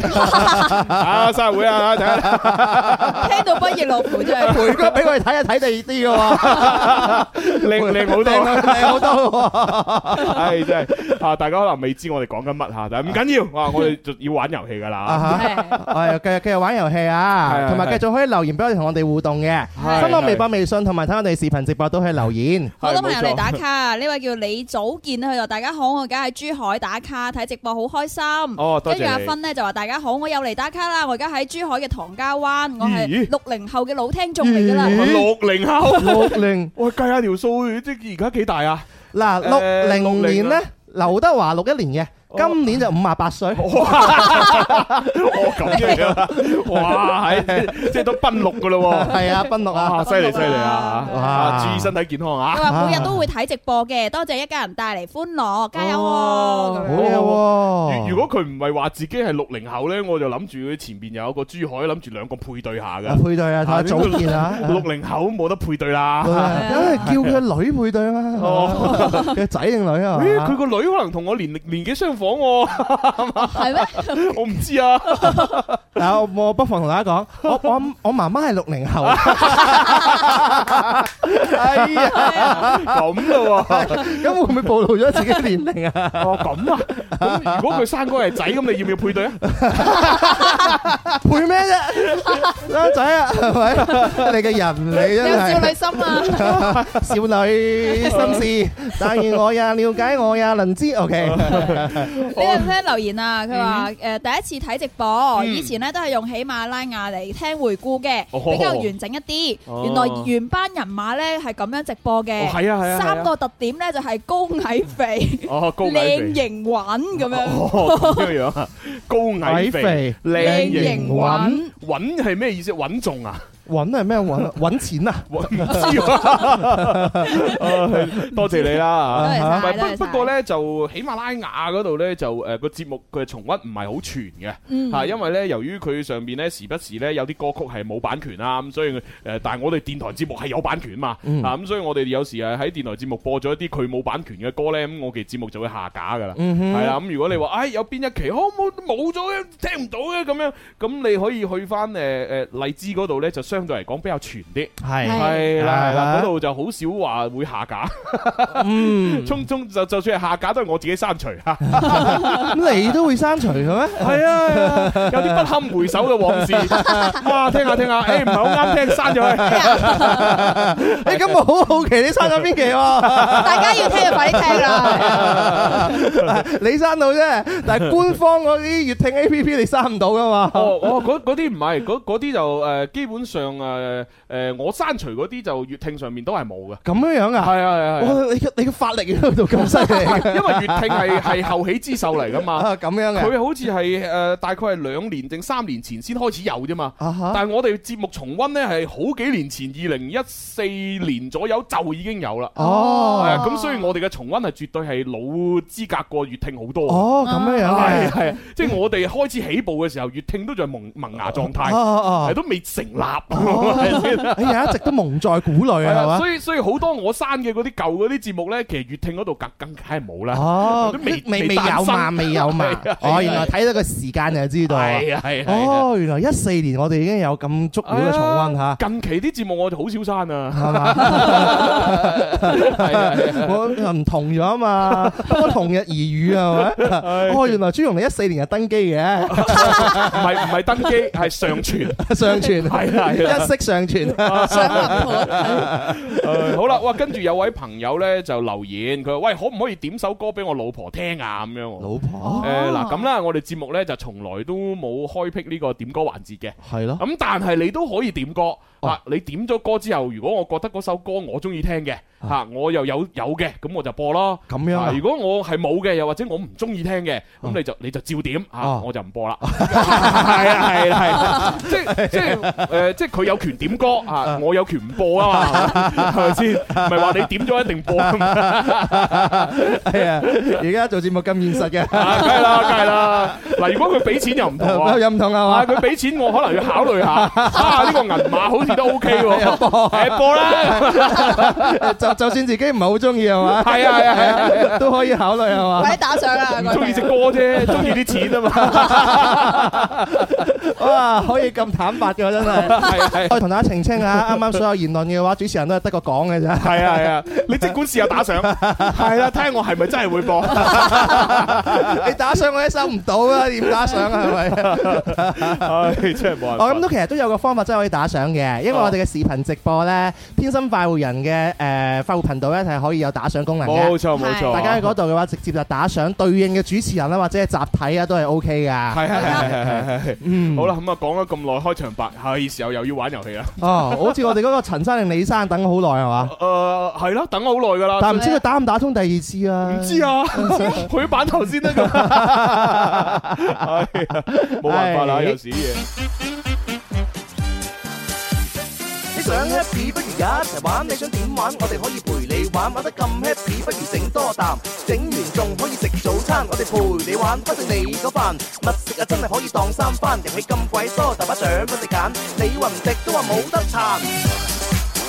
S2: 啊生日會啊，大家
S4: 聽到不亦樂乎真係。
S3: 培哥俾我哋睇啊，睇第 二啲嘅喎。
S2: 靚靚 好多。
S3: 靚好多喎。
S2: 唉，真係啊！大家可能未知我哋講緊乜吓，但係唔緊要，哇！我哋就要玩遊戲㗎
S3: 啊
S2: 啦。
S3: 哈！係繼續繼續玩遊戲啊
S2: 係，
S3: 同埋
S2: 係
S3: 繼續可以留言俾我哋同我哋互動嘅，
S2: 係
S3: 新浪微博、微信同埋睇我哋視頻直播都可以留言。
S4: 好多朋友
S2: 係冇錯
S4: 嚟打卡啊！呢位叫李祖健佢就大家好，我而家喺珠海打卡睇直播，好開心。
S2: 哦多謝
S4: 跟住阿
S2: 你
S4: 芬呢就話大家好，我又嚟打卡啦！我而家喺珠海嘅唐家灣，我係
S2: 咦
S4: 六零後嘅老聽眾嚟噶啦。
S2: 六零後，
S3: 六零
S2: 喂，計下條數，即係而家幾大啊？
S3: 嗱，
S2: 誒
S3: 六零年
S2: 60
S3: 呢，劉德華六一年嘅，今年就五啊八歲。
S2: 哦，咁樣啊！哇，係即係都奔六㗎咯喎！
S3: 係啊，賓六啊，
S2: 啊，犀利犀利啊！
S3: 哇
S2: 啊，注意身體健康啊！
S4: 佢話每日都會睇直播嘅，多謝一家人帶嚟歡樂，加油喎！
S3: 好
S4: 咁樣
S3: 嘢喎！
S2: 如如果佢唔係話自己係六零後咧，我就諗住佢前邊有一個珠海，諗住兩個配對下
S3: 啊
S2: 㗎。
S3: 配對啊，同阿祖健啊，
S2: 六零後冇得配對啦。
S3: 因為叫佢女配對啊嘛，
S2: 哦
S3: 佢仔定女啊？
S2: 咦，佢個女可能同我年年紀相仿喎，
S4: 係咩？
S2: 我唔知啊。
S3: 嗱，我我不妨同大家講，我我我媽媽係六 零後，
S2: 哎呀，咁咯喎，
S3: 咁會唔會暴露咗自己嘅 年齡啊？
S2: 哦咁啊，咁如果佢生哥係仔，咁你要唔要配對啊？
S3: 配咩啫？僆仔 啊，係咪？你嘅人嚟
S4: 你有少
S3: 真係
S4: 女心啊！
S3: 少 女心事，但願我也了解我也能知。OK，
S4: 你有冇聽留言啊？佢話誒第一次睇直播，以前咧都係用喜馬拉雅嚟聽回顧嘅，
S2: 哦
S4: 比較完整一啲。原來原班人馬咧係咁樣直播嘅
S2: 哦，係啊係啊係啊
S4: 三個特點咧就係高矮肥、
S2: 哦， 高矮
S4: 靚
S2: 肥，
S4: 型穩咁樣，
S2: 哦咁樣樣啊，高矮
S3: 矮肥
S2: 肥，靚型
S4: 靚型
S2: 穩，
S4: 穩。
S2: 穩係咩意思？穩重啊？
S3: 揾係咩揾啊？揾錢啊！
S2: 我唔知喎，多謝你
S4: 多
S2: 啦
S4: 謝
S2: 嚇。唔係
S4: 晒，多謝
S2: 不
S4: 晒。
S2: 不過咧，就喜馬拉雅嗰度咧，就誒個節目佢重溫唔係好全嘅
S4: 嗯
S2: 嚇，因為咧由於佢上邊咧時不時咧有啲歌曲係冇版權啊，咁所以誒，但係我哋電台節目係有版權嘛
S3: 嗯
S2: 啊，咁所以我哋有時誒喺電台節目播咗一啲佢冇版權嘅歌咧，咁我哋節目就會下架㗎啦。
S3: 嗯哼
S2: 係啦，咁如果你話，唉，有邊一期可冇冇咗嘅，聽唔到嘅咁樣，咁你可以去翻誒誒荔枝嗰度咧，就相對嚟講比較全啲。
S3: 係
S4: 係
S2: 係啦，係啦，
S3: 啊
S2: 嗰度就好少話會下架，
S3: 嗯，
S2: 冲冲就就算係下架都係我自己刪除吓。
S3: 咁你都會刪除佢咩？
S2: 係啊，有啲不堪回首嘅往 事，哇！聽下聽下，誒唔係好啱聽，刪咗佢。
S3: 誒，咁我好好奇你刪咗邊 期喎？
S4: 大家要聽就快 啲聽啦。
S3: 你刪到啫，但係官方嗰啲粵聽 A P P 你刪唔到噶嘛？
S2: 哦，我嗰嗰啲唔係，嗰嗰啲就誒基本上誒誒我刪除嗰啲就粵聽上面都係冇嘅。
S3: 咁樣樣啊？
S2: 係啊係啊係啊。
S3: 哇！你嘅你嘅法力去到咁犀 利嘅
S2: 因為粵聽係係後起之秀嚟噶 嘛，
S3: 啊，咁樣嘅
S2: 佢好似係誒大概係兩年定三年前先開始有啫嘛。
S3: 啊哈，
S2: 但係我哋節目重温呢，係好幾年前，二零一四年左右就已經有啦。係啊
S3: 哦，
S2: 咁所以我哋嘅重温係絕對係老資格過粵聽好多。
S3: 哦，咁樣樣
S2: 係
S3: 嘅，
S2: 係，即係我哋開始起步嘅時候，粵聽都仲係萌萌芽狀
S3: 哦
S2: 態，係
S3: 哦
S2: 都未成立， 係咪先
S3: 哦，哎呀，一直都蒙在鼓裏
S2: 係
S3: 啊，係
S2: 啊，
S3: 嘛？
S2: 所以所以好多我刪嘅嗰啲舊嗰啲節目呢，其實粵聽嗰度更更梗係冇啦。
S3: 哦
S2: 都，未
S3: 未
S2: 未
S3: 未
S2: 誕
S3: 有
S2: 生
S3: 嘛，未有嘛
S2: 係啊，係啊
S3: 哦，原來睇到個時間就知道啊。
S2: 係啊係啊係啊。
S3: 哦，原來一四年我哋已經有咁足料嘅重温 嚇，
S2: 近期啲節目我哋好少刪啊，
S3: 係嘛？
S2: 係啊係啊
S3: 我唔同咗啊嘛，不過同日而語啊，係咪？哦，原來朱容你一四年就 登基嘅，
S2: 唔係唔係登機，係上
S3: 哎
S2: 傳。
S3: 上傳
S2: 係啊係啊
S3: 一式上傳。
S4: 上雲盤
S2: 誒好啦，哇！跟住有位朋友咧就留言，佢話：喂，可唔可以點首歌俾我老婆聽啊？咁樣喎。
S3: 老婆
S2: 誒呃嗱咁啦，我哋節目咧就從來都冇開闢呢個點歌環節嘅。
S3: 係咯，
S2: 咁但係你都可以點歌
S3: 哦
S2: 啊！你點咗歌之後，如果我覺得嗰首歌我中意聽嘅嚇，我又有有嘅，咁我就播咯。
S3: 哦咁樣
S2: 啊
S3: 啊
S2: 如。果我係冇嘅，又或者我唔中意聽嘅，
S3: 哦
S2: 咁你就你就照點啊，
S3: 哦
S2: 我就唔播啦。係啊係啊係啊，即係即係誒，即係佢有權點歌
S3: 哦
S2: 啊，我有權唔播啊嘛，係咪先？唔係話你點咗一定播啊嘛。
S3: 係啊，而家做節目咁 現實嘅，
S2: 啊，梗係啦，梗係啦。嗱，如果佢俾錢又唔 同喎。
S3: 有唔同
S2: 啊！
S3: 啊嘛？
S2: 佢俾錢我可能要考慮下， 啊呢個銀碼好似都 OK 喎，誒播啦，
S3: 就就算自己唔係好中意係嘛，
S2: 係啊係啊係啊
S3: 啊，都可以考慮係嘛
S4: 快啲打賞啊！
S2: 中意隻歌啫，中意啲錢啊嘛，
S3: 哇，可以咁坦白嘅真係。
S2: 係啊係啊
S3: 我同大家澄清 下，啱啱所有言論嘅話，主持人都係得個講嘅 啫。
S2: 係啊係啊，你即管試下打賞，係啦，睇下我係咪真係 會播。
S3: 你打賞我都收唔到啊，點打賞啊？係 咪？
S2: 唉，真係冇辦法。
S3: 我諗都其實都有個方法真係可以打賞嘅，因
S2: 哦
S3: 為我哋嘅視頻直播咧，天生快活人嘅誒快活頻道咧係可以有打賞功能
S2: 冇
S3: 嘅。
S2: 錯冇錯，
S4: 係
S3: 大家喺嗰度嘅話，直接就打賞對應嘅主持人啦，或者係集體啊，都係 O
S2: 係
S3: K 噶。
S2: 係係係係係。好啦，咁啊講咗咁耐開場白，係時候又要玩遊戲啦。
S3: 哦，好似我哋嗰個陳生定李生等咗好耐係嘛？
S2: 誒係啦，等咗好耐㗎啦。
S3: 但唔知佢打唔打通第二次啊？
S2: 哦唔 知啊， 去咗版頭先得㗎。 係啊冇辦法啦，
S3: 唉
S2: 有時啲嘢。
S1: 你想 happy 不如一齊玩，你想點玩我哋可以陪你玩，玩得咁 happy 不如整多啖，整完仲可以食早餐，我哋陪你玩，不食你嗰飯，物食啊真係可以當三番，遊戲咁鬼多，大把獎俾你揀，你話唔食都話冇得彈。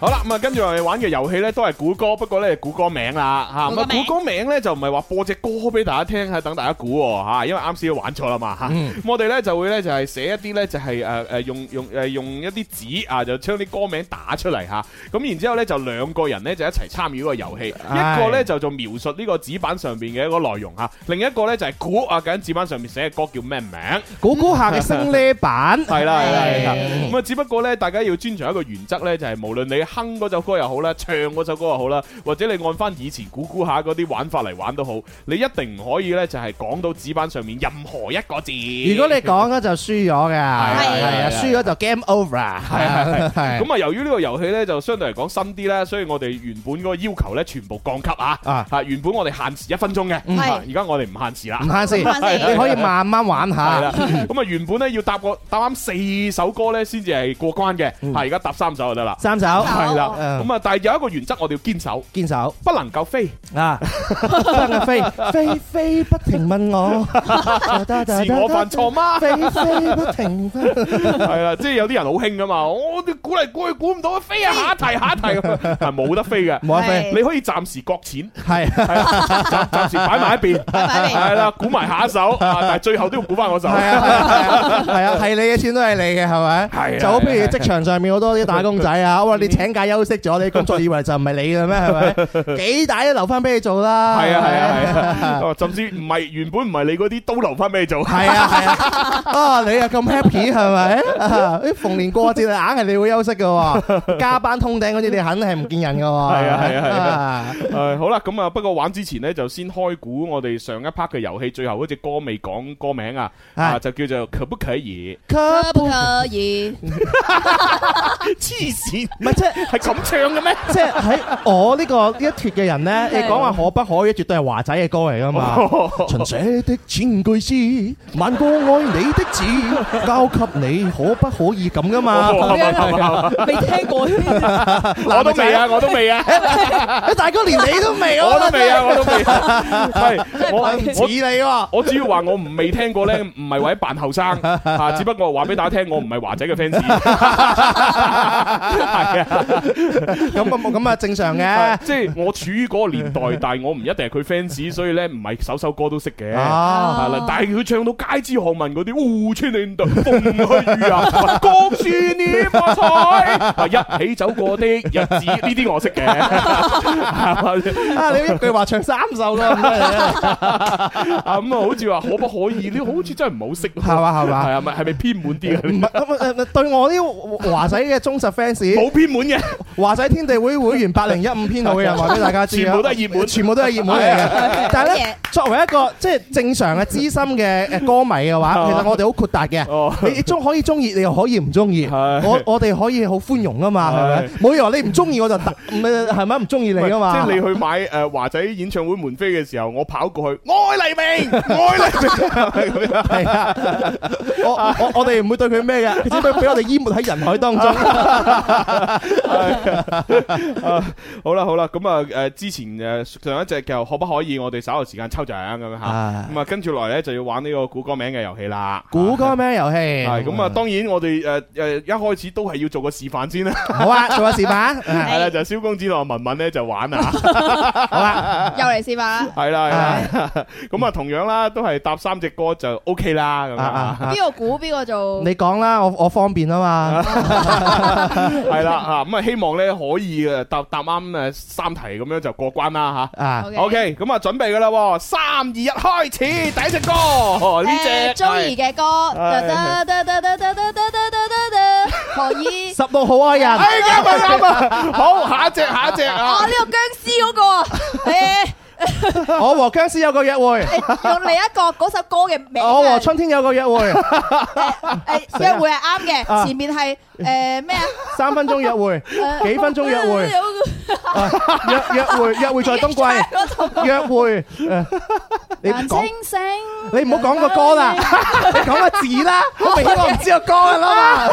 S2: 好啦，咁啊，跟住我哋玩嘅遊戲咧，都係估歌，不過咧估歌名啦吓。咁
S4: 估歌
S2: 啊，
S4: 名
S2: 估歌名咧就唔係話播只歌俾大家聽，係等大家估喎吓，因為啱先玩錯啦嘛吓。
S4: 嗯
S2: 咁我哋咧就會咧就係寫一啲咧就係誒誒用用誒用一啲紙啊，就將啲歌名打出嚟吓。咁然之後咧就兩個人咧就一齊參與呢個遊戲，一
S3: 唉
S2: 個咧就做描述呢個紙板上邊嘅一個內容吓，另一個咧就係估啊究竟紙板上面寫嘅歌叫咩名。
S3: 估估下嘅升呢版
S2: 係啦係啦係啦
S3: 係，
S2: 咁啊只不過咧，大家要遵從一個原則咧，就係無論你哼嗰首歌又好啦，唱嗰首歌又好啦，或者你按翻以前估估下嗰啲玩法嚟玩都好，你一定唔可以咧就係講到紙板上面任何一個字。
S3: 如果你講咗就輸咗嘅，
S2: 係
S3: 係
S2: 係
S3: 啊，輸咗就 game over，係 à. 係
S2: 咁啊，由於呢個遊戲咧就相對嚟講新啲啦，所以我哋原本嗰個要求咧全部降級啊！
S3: 啊
S2: 啊，原本我哋限時一分鐘嘅，
S4: 嗯
S2: 啊而家我哋唔限時啦
S3: 唔。慳先，
S4: 唔慳先
S3: 你可以慢慢玩
S2: 系啦
S3: 下，，
S2: 咁啊原本咧要答個答啱四首歌咧先至係過關嘅，
S3: 嗯
S2: 係而家答三首就得啦。
S3: 三手
S2: 係啦，
S3: 嗯
S2: 咁啊但係有一個原則我哋要堅守。
S3: 堅守
S2: 不能夠飛，
S3: 啊，得啊飛飛飛不停問我，
S2: 是
S3: 是
S2: 我犯錯嗎？
S3: 飛飛不停問，
S2: 係啦，即係有啲人好興噶嘛，我哋估嚟估去估唔到，飛啊下一題下一題， 係冇得飛嘅。
S3: 冇得飛，
S2: 你可以暫時擱淺，
S3: 係
S2: 係啦，暫暫時擺埋一 邊，
S4: 埋一邊
S2: 係啦，估埋下一首，啊但係最後都要估翻我首。
S3: 係啊係啊係啊，係你嘅錢都係你嘅，係咪？
S2: 係啊
S3: 就好譬如職場上面好多啲打工仔啊，哇！你請假休息咗，你工作以為就唔係你嘅咩？係咪？幾大都留翻俾你做啦，
S2: 係啊係啊係
S3: 係咪
S2: 啊，哦甚至唔係原本唔係你嗰啲都留翻俾你做。
S3: 係啊係啊，啊你又咁 happy 係咪？啊啲逢年過節硬係你會休息嘅喎，加班通頂嗰啲你肯定係唔見人嘅喎。
S2: 係啊係啊係啊
S3: 啊
S2: 誒好啦，咁啊，不過玩之前呢，就先開估我哋上一 part 嘅遊戲，最後嗰只歌未講歌名啊，
S3: 係
S2: 啊就叫做可不可以？
S4: 可不可以？
S2: 黐線，
S3: 唔係即係
S2: 係咁唱嘅咩？
S3: 即係喺我呢個呢一脱嘅人咧，你講話可不可以，絕對係華仔嘅歌嚟㗎嘛。 秦寫的千句詩，萬個愛你的字，交給你可不可以咁㗎 嘛？哦
S4: 未聽過添，
S2: 我都未啊，我都未啊，
S3: 誒哎大哥連你都未，
S2: 我都未啊，
S3: 覺
S2: 我都未啊，係 我
S3: 得真係唔似
S2: 我。
S3: 你 喎。
S2: 我主要話我唔未聽過咧，唔係為咗扮後 生啊，只不過話俾大家聽，我唔係華仔嘅 fans。係啊，
S3: 咁啊咁啊正常 嘅。
S2: 即係我處於嗰個年代，但係我唔一定係佢 fans，所以咧唔係首首歌都識嘅。
S3: 啊。
S2: 係啦，但係佢唱到街知巷聞嗰啲，互穿你度風去雨 啊，各樹拈花開，啊一起走過的日子，呢啲我識 嘅。係嘛
S3: 啊！你一句話唱三首咯，咁真 係
S2: 啊咁啊，好似話可不可以呢？好似真係唔好識喎，
S3: 係嘛係嘛
S2: 係啊， 咪係咪偏滿啲啊？
S3: 唔係咁誒誒對我啲華仔嘅忠實 fans，
S2: 冇偏滿嘅，
S3: 華仔天地會會員八零一五編號嘅人話俾大家知啊
S2: 全部都係熱門
S3: 全部都係熱門嚟嘅。但係啊
S4: 好嘢
S3: 咧，作為一個即係正常嘅資深嘅誒歌迷嘅 話，其實我哋好豁達
S2: 哦
S3: 嘅。你你中可以中意，你又可以唔中意。
S2: 係
S3: 我我哋可以好寬容啊嘛，係咪
S2: 係？
S3: 冇嘢話你唔中意我就 特唔係咪唔中意你啊嘛？
S2: 即係你去買诶华仔演唱會門飛嘅時候，我跑過去，我愛黎明，我愛黎明，係咪咁樣
S3: 係啊，我我我哋唔會對佢咩嘅，佢只不過俾我哋淹沒喺人海當 中。
S2: 係啊好啦好啦，咁啊诶，之前诶上一隻嘅可不可以，我哋稍後時間抽獎咁樣吓，
S3: 啊
S2: 咁啊跟住落嚟咧就要玩呢個估歌名嘅遊戲啦。
S3: 估歌咩遊戲？
S2: 係咁啊，當然我哋诶诶一開始都係要做個示範先啦，
S3: 好啊，做下示範。啊
S2: 係啦，就蕭公子同阿文文咧就玩啊，
S3: 好啊。
S4: 又嚟試法啦，
S2: 係啦係啦，咁啊同樣啦，都係搭三隻歌就 OK 啦，咁樣
S3: 啊
S2: 啊
S3: 啊啊！
S4: 邊個估邊個做？
S3: 你講啦，我我方便 啊嘛。
S2: 系啦吓，咁啊希望咧可以诶答答啱诶三題咁樣就過關啦
S3: 啊
S2: 吓。OK，咁啊準備噶啦喎，三二一開始，第一隻歌哦呢
S4: 誒
S2: 只
S4: Joey 嘅歌，
S2: 係
S4: 得得得得得得得得得得得，何以？
S3: 十六號 愛人，
S2: 哎啱啊啱 啊，好下一隻下一隻啊
S4: 哦，呢。個僵 屍嗰個啊，誒，
S3: 我和僵屍有個約會，
S4: 用另一個嗰首歌嘅名啊。
S3: 我和春天有個約會，
S4: 誒約會係啱嘅，前面係誒咩啊？
S3: 三分鐘約會，
S4: 誒
S3: 幾分鐘約會
S4: 有個
S3: 約約會約會在冬季，
S4: 嗰度
S3: 約會。誒你
S4: 難
S3: 講
S4: 清醒。
S3: 你唔好講個歌啦，你講個字啦，好明顯我唔知個歌㗎 啦嘛。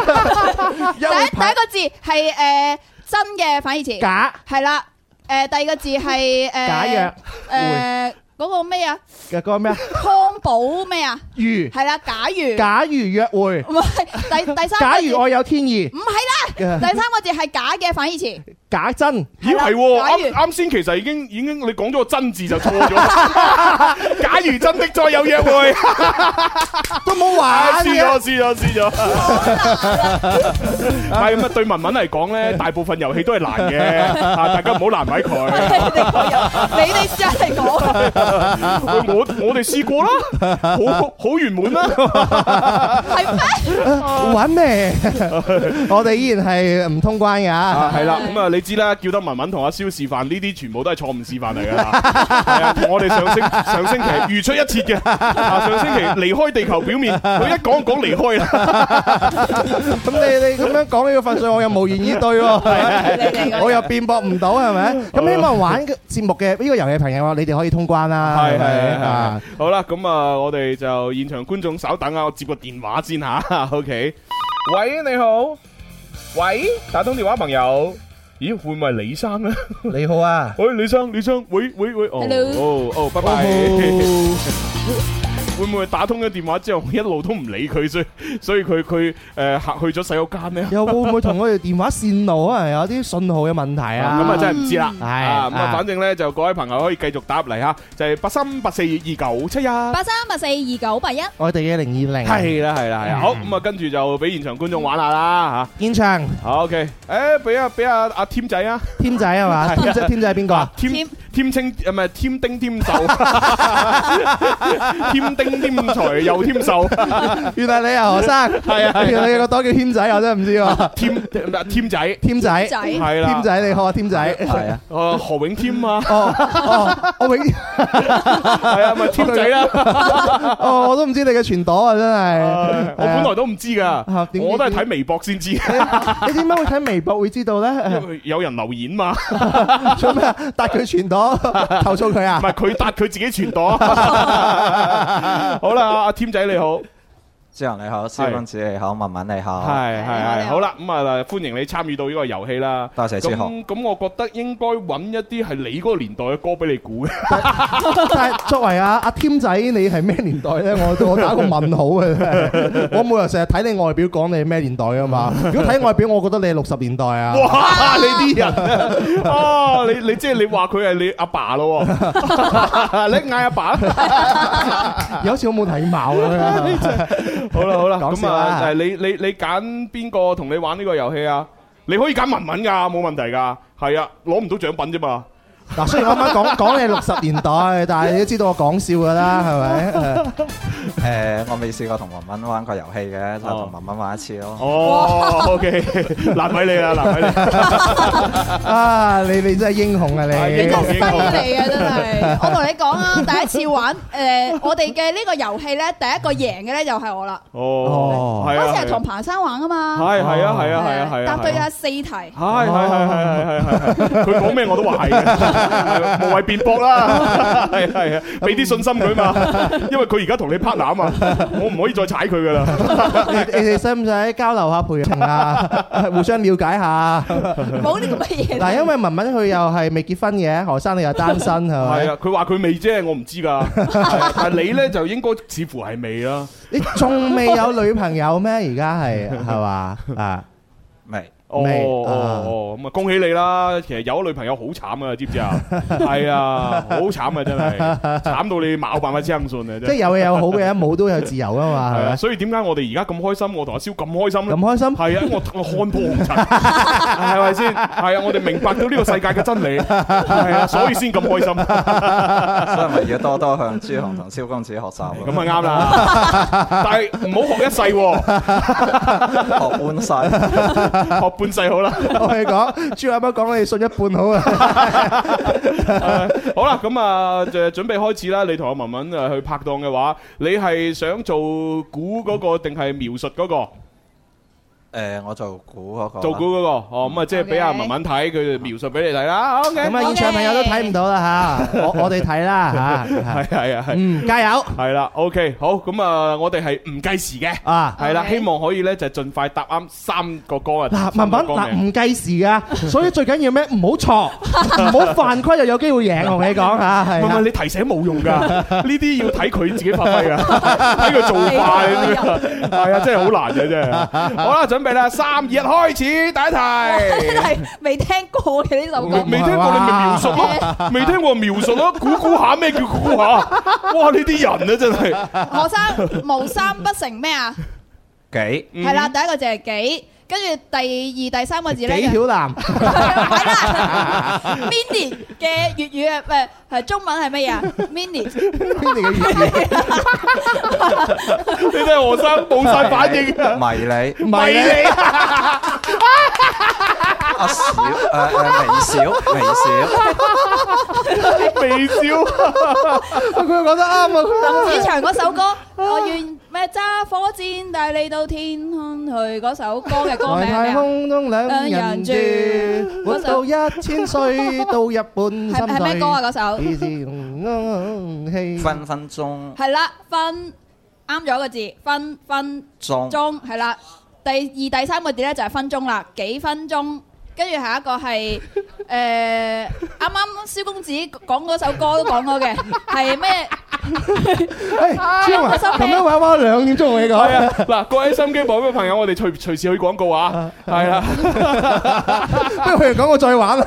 S4: 第
S3: 約會
S4: 一第
S3: 牌
S4: 一個字係誒真嘅反義詞。
S3: 假
S4: 系啦，诶，第二個字係诶，
S3: 假約
S4: 诶嗰個咩啊？
S3: 嘅個咩啊？
S4: 康寶咩啊？
S3: 如
S4: 係啦，假如，
S3: 假如約會，
S4: 唔係第第三
S3: 假
S4: 個
S3: 如
S4: 字，
S3: 我有天意
S4: 唔， 係啦，
S3: 嘅
S4: 第三個字係假嘅反義詞，
S3: 假真
S2: 咦
S4: 係啦
S2: 係喎，
S4: 假如
S2: 啱啱先其實已經已經你講咗個真字就錯咗。 假如真的再有約 會，
S3: 都冇
S2: 啊
S3: 玩
S2: 輸咗
S3: 嘅。
S2: 輸咗輸 咗。係咁啊，對文文嚟講 咧，大部分遊戲都係難嘅，啊大家唔好難為佢。
S4: 你哋個人你哋試下嚟 講，
S2: 喂我我哋試過啦，好好圓滿啦。
S4: 係咩？
S3: 玩咩？我哋依然係唔通 關
S2: 啊，
S3: 㗎。
S2: 係啦，咁啊，你知啦，叫得文文同阿蕭示範，呢啲全部都係錯誤示範 嚟㗎啦。係啊，同我哋上星上星期如出一 轍嘅，啊，上星期離開地球 表面，佢一講講離開啦。
S3: 咁 你你咁樣講呢個份上，我又無言以對喎。
S4: 你哋個人
S3: 我又辯駁唔到係 咪？咁希望玩節目嘅呢個遊戲朋友，你哋可以通關啦。
S2: 係係係係
S3: 啊。
S2: 好啦，咁啊，我哋就現場觀眾稍等啊，我接個電話先吓。OK，喂，你好，喂，打通電話朋友。咦，會唔會係李生咧？
S3: 你好啊。
S2: 喂，李生，李生，喂喂喂，哦
S4: Hello
S2: 哦哦，拜拜。會唔會打通咗電話之後，一路都唔理佢，所以所以佢佢诶行去咗洗手間咧？
S3: 又會唔會同我哋電話線路可能有啲信號嘅問題啊？
S2: 咁啊真係唔知啦。
S3: 係
S2: 啊咁啊，
S3: 啊
S2: 反正咧就各位朋友可以繼續打入嚟吓，就係八三八四二九七一。
S4: 八三八四二九八一，
S3: 我哋嘅零二零
S2: 係啦係啦係啦，
S3: 嗯
S2: 好咁啊，跟住就俾現場觀眾玩下啦
S3: 現場
S2: 吓。好 OK，诶，俾啊俾啊阿添仔啊，
S3: 添仔係嘛？添仔添仔係邊個啊？
S2: 添
S4: 添
S2: 添清唔係添丁添 壽，添丁添財又添壽。
S3: 原來你係何生，
S2: 係啊係啊
S3: 原來你個朵叫添仔，我真係唔 知喎。
S2: 添唔係添仔，
S3: 添仔，
S4: 仔
S2: 系
S4: 係
S2: 啦，
S3: 添，仔你好啊，添仔。係啊。，
S2: 誒何永添啊
S3: 哦哦，我永
S2: 係啊，咪添仔啦，
S3: 哦 我都唔知你嘅全朵啊，真
S2: 我
S3: 係。
S2: 本來都唔知㗎，
S3: 點知啊
S2: 我都係睇微博先知，
S3: 你點解會睇微博會知道
S2: 因
S3: 咧？
S2: 為有人留言嘛，唔
S3: 做咩啊？搭佢全朵， 投訴佢啊？
S2: 係 佢答佢自己傳朵。好啦，阿添仔你好，
S9: 志恒你好，蕭公子你好，文文你好，
S2: 係
S4: 你好
S2: 係
S4: 你
S2: 係，
S4: 好
S2: 好啦，咁啊歡迎你參與到呢個遊戲啦。
S9: 多謝志
S2: 咁
S9: 雄。
S2: 咁，我覺得應該揾一啲係你嗰個年代嘅歌俾你 估嘅。
S3: 但係作為啊阿阿添仔，你係咩年代咧？我我打個問號嘅， 真係我冇人成日睇你外表講你係咩年代啊嘛。如果睇外表，我覺得你係六十年代啊。
S2: 哇！你啲人啊，你你即係你話佢係你阿爸咯 喎， 你嗌阿爸啦。
S3: 有時好冇體貌啊！
S2: 好啦好啦，
S3: 講
S2: 咁
S3: 笑啦
S2: 啊，誒你你你揀邊個同你玩呢個遊戲啊？你可以揀文文噶，冇問題噶，係啊，攞唔到獎品啫嘛。
S3: 嗱，雖然我啱啱講講你六十年代，但係你都知道我講笑㗎啦，係咪？ 誒
S8: 呃
S9: 誒，我未試過同文文玩過遊戲嘅，就同文文玩一次咯。
S2: 哦，OK，難 為你啦，難為
S3: 啊，你你真係英雄啊你！
S2: 啊英雄
S4: 犀利嘅真 係，我同你講啊，第一次玩誒我哋嘅呢個遊戲咧，第一個贏嘅咧就係我啦。
S2: 你。哦，係啊，
S4: 嗰次係同彭生玩啊嘛，
S2: 係係啊係啊係啊係啊，
S4: 答對咗四 題。
S2: 係係係係係係係，佢講咩我都話係嘅， 無謂辯駁啦，係係啊，俾啲信心佢嘛，因為佢而家同你 partner 啊嘛，我唔可以再踩佢噶啦，
S3: 你你哋使唔使交流下培 情啊？互相了解下。
S4: 冇呢咁嘅 嘢。
S3: 嗱，因為文文佢又係未結婚嘅，何生你又單身 係
S2: 係
S3: 咪？
S2: 啊，佢話佢未啫，我唔知 㗎，係啊但係你咧就應該似乎係未啊啦，
S3: 你仲未有女朋友咩？而家係 係嘛啊？
S9: 未，
S2: 哦
S3: 未
S2: 哦哦，咁啊恭喜你啦，其實有咗女朋友好慘啊，知唔知 啊？係啊，好慘啊真係，慘到你冇辦法相信啊
S3: 即係
S2: 真係，
S3: 有嘅有好嘅，冇都有自由啊嘛，係
S2: 係啊，
S3: 咪？
S2: 所以點解我哋而家咁開心，我同阿蕭咁開心咧
S3: 咁？ 開心？
S2: 係啊，我我看破紅塵， 係咪先？係啊，我哋明白到呢個世界嘅真理，係啊，所以先咁開心，咁
S9: 所以咪要多多向朱紅同蕭公子學習咯。
S2: 啊啱啦。 但係唔好學一世喎，啊
S9: 學半世，
S2: 學半世好啦。
S3: 我哋講，朱阿媽講你信一半好啊。
S2: 好啦，咁啊，就準備開始啦。你同阿文文誒去拍檔嘅話，你係想做估嗰個定係描述嗰個？
S9: 誒，我做估嗰個啦。
S2: 做估嗰個哦，咁啊，即係俾阿
S4: OK
S2: 文文睇，佢就描述俾你睇啦。OK，
S3: 咁啊，現場朋友都睇唔到啦 嚇，我我哋睇啦嚇。
S2: 係係啊係。
S3: 嗯，加油
S2: 系啦，OK，好，咁啊，我哋係唔計時嘅，
S3: 啊！
S2: 係啦，
S4: OK
S2: 希望可以咧就盡快答啱三個歌啊！
S3: 嗱，
S2: 三
S3: 文
S2: 個
S3: 文
S2: 歌
S3: 嗱
S2: 名
S3: 唔計時噶，所以最緊要咩？唔好錯，唔好犯規就有機會贏。我同你講嚇，係
S2: 唔係
S3: 啊
S2: 你提醒冇用㗎， 呢啲要睇佢自己發 揮㗎，睇佢做法咁樣。係啊，真係好難嘅真係。好啦，準備啦，三二一，開始第一 題。
S4: 係未聽過嘅呢首
S2: 未
S4: 歌。
S2: 未聽過你咪描述 咯，未聽過描述咯，估估下咩叫估下？哇！呢啲人啊真係，
S4: 學生無三不成咩啊？
S9: 幾？
S4: 係啦，第一個字係幾，跟住第二、第三個字咧
S3: 幾條 男
S4: 係啦。Mini 嘅粵語啊，唔係係中文係乜嘢啊？Mini
S3: 邊嚟嘅語言？
S2: 你真係學生冇晒反應啊！
S9: 迷你
S3: 唔係咧，
S9: 啊小誒誒微小微小，
S2: 微笑。
S3: 佢又講得啱啊！佢
S4: 林子祥嗰首歌，我願咩揸火箭帶你到天空去嗰首歌嘅歌
S3: 來
S4: 名係
S3: 太
S4: 咩啊？
S3: 空中兩人住，活到一千歲，到日本心
S4: 係係咩歌啊？嗰首
S3: 自然氣
S8: Vâng.
S9: 分分鐘
S4: 係啦，分啱咗個字，分分
S9: 鐘
S4: 鐘係啦。第二、第三個字咧就係分鐘啦，幾分鐘。跟住下一個係 誒啱啱蕭公子講嗰首歌都講過嘅，係咩？
S3: 誒，朱紅啊咁樣玩玩兩點鐘，我同你講
S2: 系啊，嗱，各位心機旁嘅朋友，我哋隨隨時去廣告 啊，係啊，
S3: 不如佢哋講我再玩啦。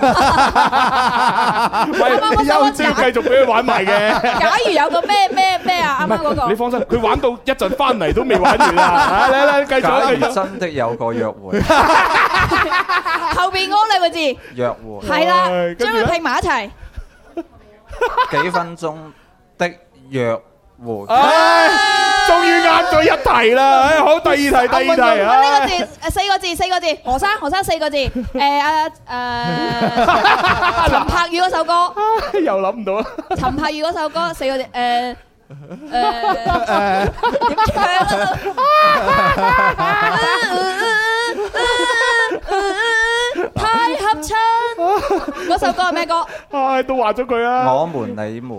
S2: 唔係
S4: 啱啱
S2: 優
S4: 我
S2: 招
S4: 想
S2: 繼續俾佢玩埋嘅。
S4: 假如有個咩咩咩啊，啱啱嗰
S2: 你
S4: 個
S2: 放心，佢玩到一陣翻嚟都未玩 完啦。嚟嚟，繼續
S9: 假
S2: 啊
S9: 如
S2: 繼續。
S9: 真的有個約 會，
S4: 後邊嗰兩個字
S9: 約會
S4: 係啦
S2: 唉，跟
S4: 將
S2: 住咧
S4: 佢拼埋一齊。
S9: 幾分鐘的約會，
S2: 啊唉，終於啱咗一題啦。唉，好，第二題，
S4: 啊
S2: 第
S4: 唔係唔係呢 個
S2: 二題。
S4: 字誒四個字四個字，何生何生 四個字。誒啊誒，陳柏宇嗰首歌，
S2: 唉，又諗唔到啦。
S4: 陳柏宇嗰首歌四個字誒。誒點唱啊？太合襯嗰首歌係咩歌？
S2: 唉，都話咗佢啦。
S9: 我們你們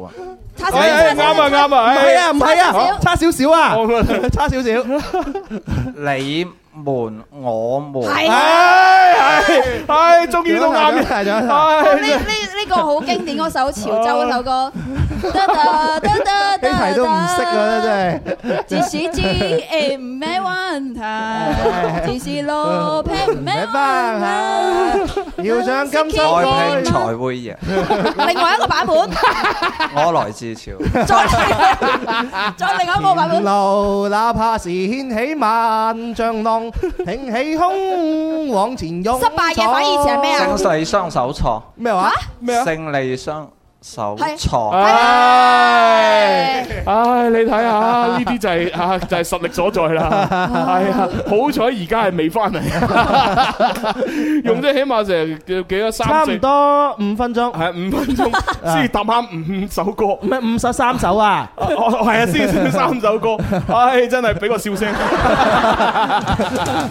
S4: 叉
S2: 唉唉，
S4: 燒
S2: 啱啊，啱啊。
S3: 唔
S2: 唉
S3: 係哎啊，唔係啊，差少少啊，
S2: 我
S3: 差少少。
S9: 你們我們
S4: 係
S3: À,
S4: 啊！
S2: 唉唉唉，終於 都啱嘅。
S3: 大獎
S4: 呢
S3: 哎
S2: 唉
S4: 呢呢個好經典嗰首潮州嗰首歌，得得得得
S3: 哦呢題都唔識啦，真係。
S4: 只是知誒唔咩問
S3: 哎
S4: 題，只是
S3: 嗯
S4: 路平唔咩問題。
S3: 要獎金收
S9: 愛
S3: 開
S9: 拼才會贏，
S4: 另外一個版本，
S9: 我來自潮。
S4: 再嚟再另外一個版
S3: 前
S4: 本。
S3: 路哪怕是掀起萬丈浪，挺起胸往前欲，咗，
S4: 失敗嘅反而以前係咩
S8: à?
S4: 啊
S9: 勝利雙手錯，
S3: 咩話？
S2: 咩啊？
S9: 勝利雙手
S4: 係
S9: 錯，
S2: 唉
S4: 唉，
S2: 唉，你睇下呢啲就係啊，就係實力所在 啦。係啊，好彩而家係未翻嚟， 用咗起碼成幾多
S3: 差
S2: 三四
S3: 唔多五分鐘，
S2: 係五分鐘先答啱五首歌。
S3: 唔係五十三首啊！
S2: 哦哦，係啊，先先三首歌，唉，真係俾個笑聲。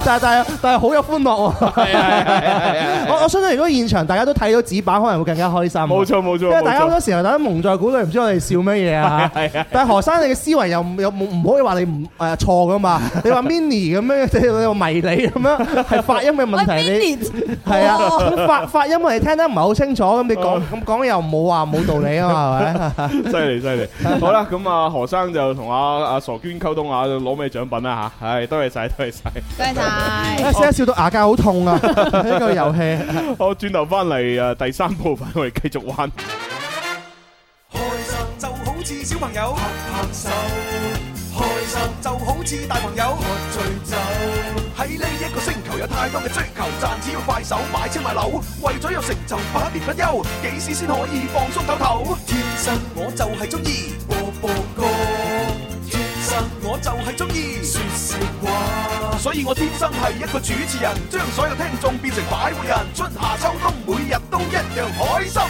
S3: 但係但係但係好有歡樂喎。
S2: 啊係啊係啊係啊係
S3: 我
S2: 啊，
S3: 我相信如果現場大家都睇到紙板，可能會更加開心。啊
S2: 冇錯冇錯，
S3: 因為大家好
S2: 冇錯
S3: 多時候大家蒙在鼓裏，唔知我哋笑乜 嘢啊！但係何生你嘅思維又唔又冇唔可以話你唔誒錯 噶嘛？你話 mini 咁樣，即係你又迷你咁樣，係發音嘅問題。你係啊，咁發發音我哋聽得唔係好清楚，咁你講咁講又冇話冇道理啊嘛，係咪？
S2: 犀利犀利，好啦，咁啊何生就同阿阿傻娟溝通下攞咩獎品啦吓，唉，多謝晒，多謝晒。
S4: 多謝晒。
S3: 啊笑一笑到牙骹好痛啊！呢個遊戲
S2: 好，轉頭翻嚟啊第三部分我哋繼續玩。
S7: 开心就好似小朋友拍拍手，开心就好似大朋友喝醉酒。喺呢一個星球有太多嘅追求，賺錢要快手買車買樓，為咗有成就百年不休，幾時先可以放鬆唞唞？天生我就係中意播播歌，天生我就係中意说笑話，所以我天生係一個主持人，將所有聽眾變成擺活人，春夏秋冬每日都一樣開心。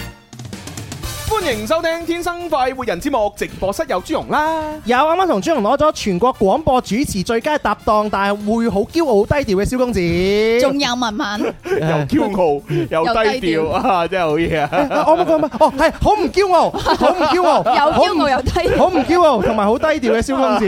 S2: 歡迎收聽《天生快活人》節目，直播室有朱容 啦，
S3: 有啱啱同朱紅攞咗全國廣播主持最佳搭檔，但係會好驕傲低調嘅蕭公子。
S4: 仲有文文，
S2: 又 驕傲又低
S4: 又低
S2: 調
S4: 調
S2: 啊，真係好嘢啊！
S3: 啊我冇講乜，哦係好唔驕傲，好唔驕傲，
S4: 又
S3: 好唔
S4: 驕傲又低調
S3: 好唔驕傲，同埋好低調嘅蕭公子，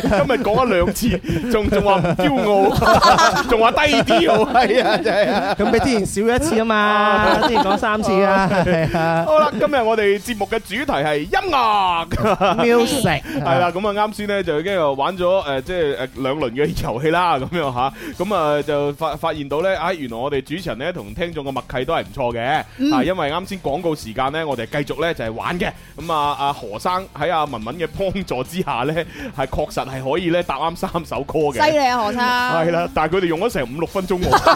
S2: 今日講咗兩次，仲仲話唔驕傲， 仲話低調，係啊，真係啊！
S3: 咁比之前少咗一次啊嘛，之前講三次啊，係啊
S2: 好啦，今日我哋節目嘅主題係音樂。
S3: ，music
S2: 系啦，咁啊啱先咧就已經又玩咗诶，呃即係诶两轮嘅遊戲啦，咁樣吓，咁啊就發发现到咧，啊原來我哋主持人咧同聽眾嘅默契都係唔錯嘅，
S4: 嗯
S2: 啊因為啱先廣告時間咧，我哋繼續咧就係玩嘅，咁啊阿何生喺阿文文嘅幫助之下咧，係確實係可以咧答啱三首歌
S4: 犀
S2: 嘅。
S4: 利啊何
S2: 係
S4: 生！
S2: 啦，但係佢哋用咗成五六分鐘 喎，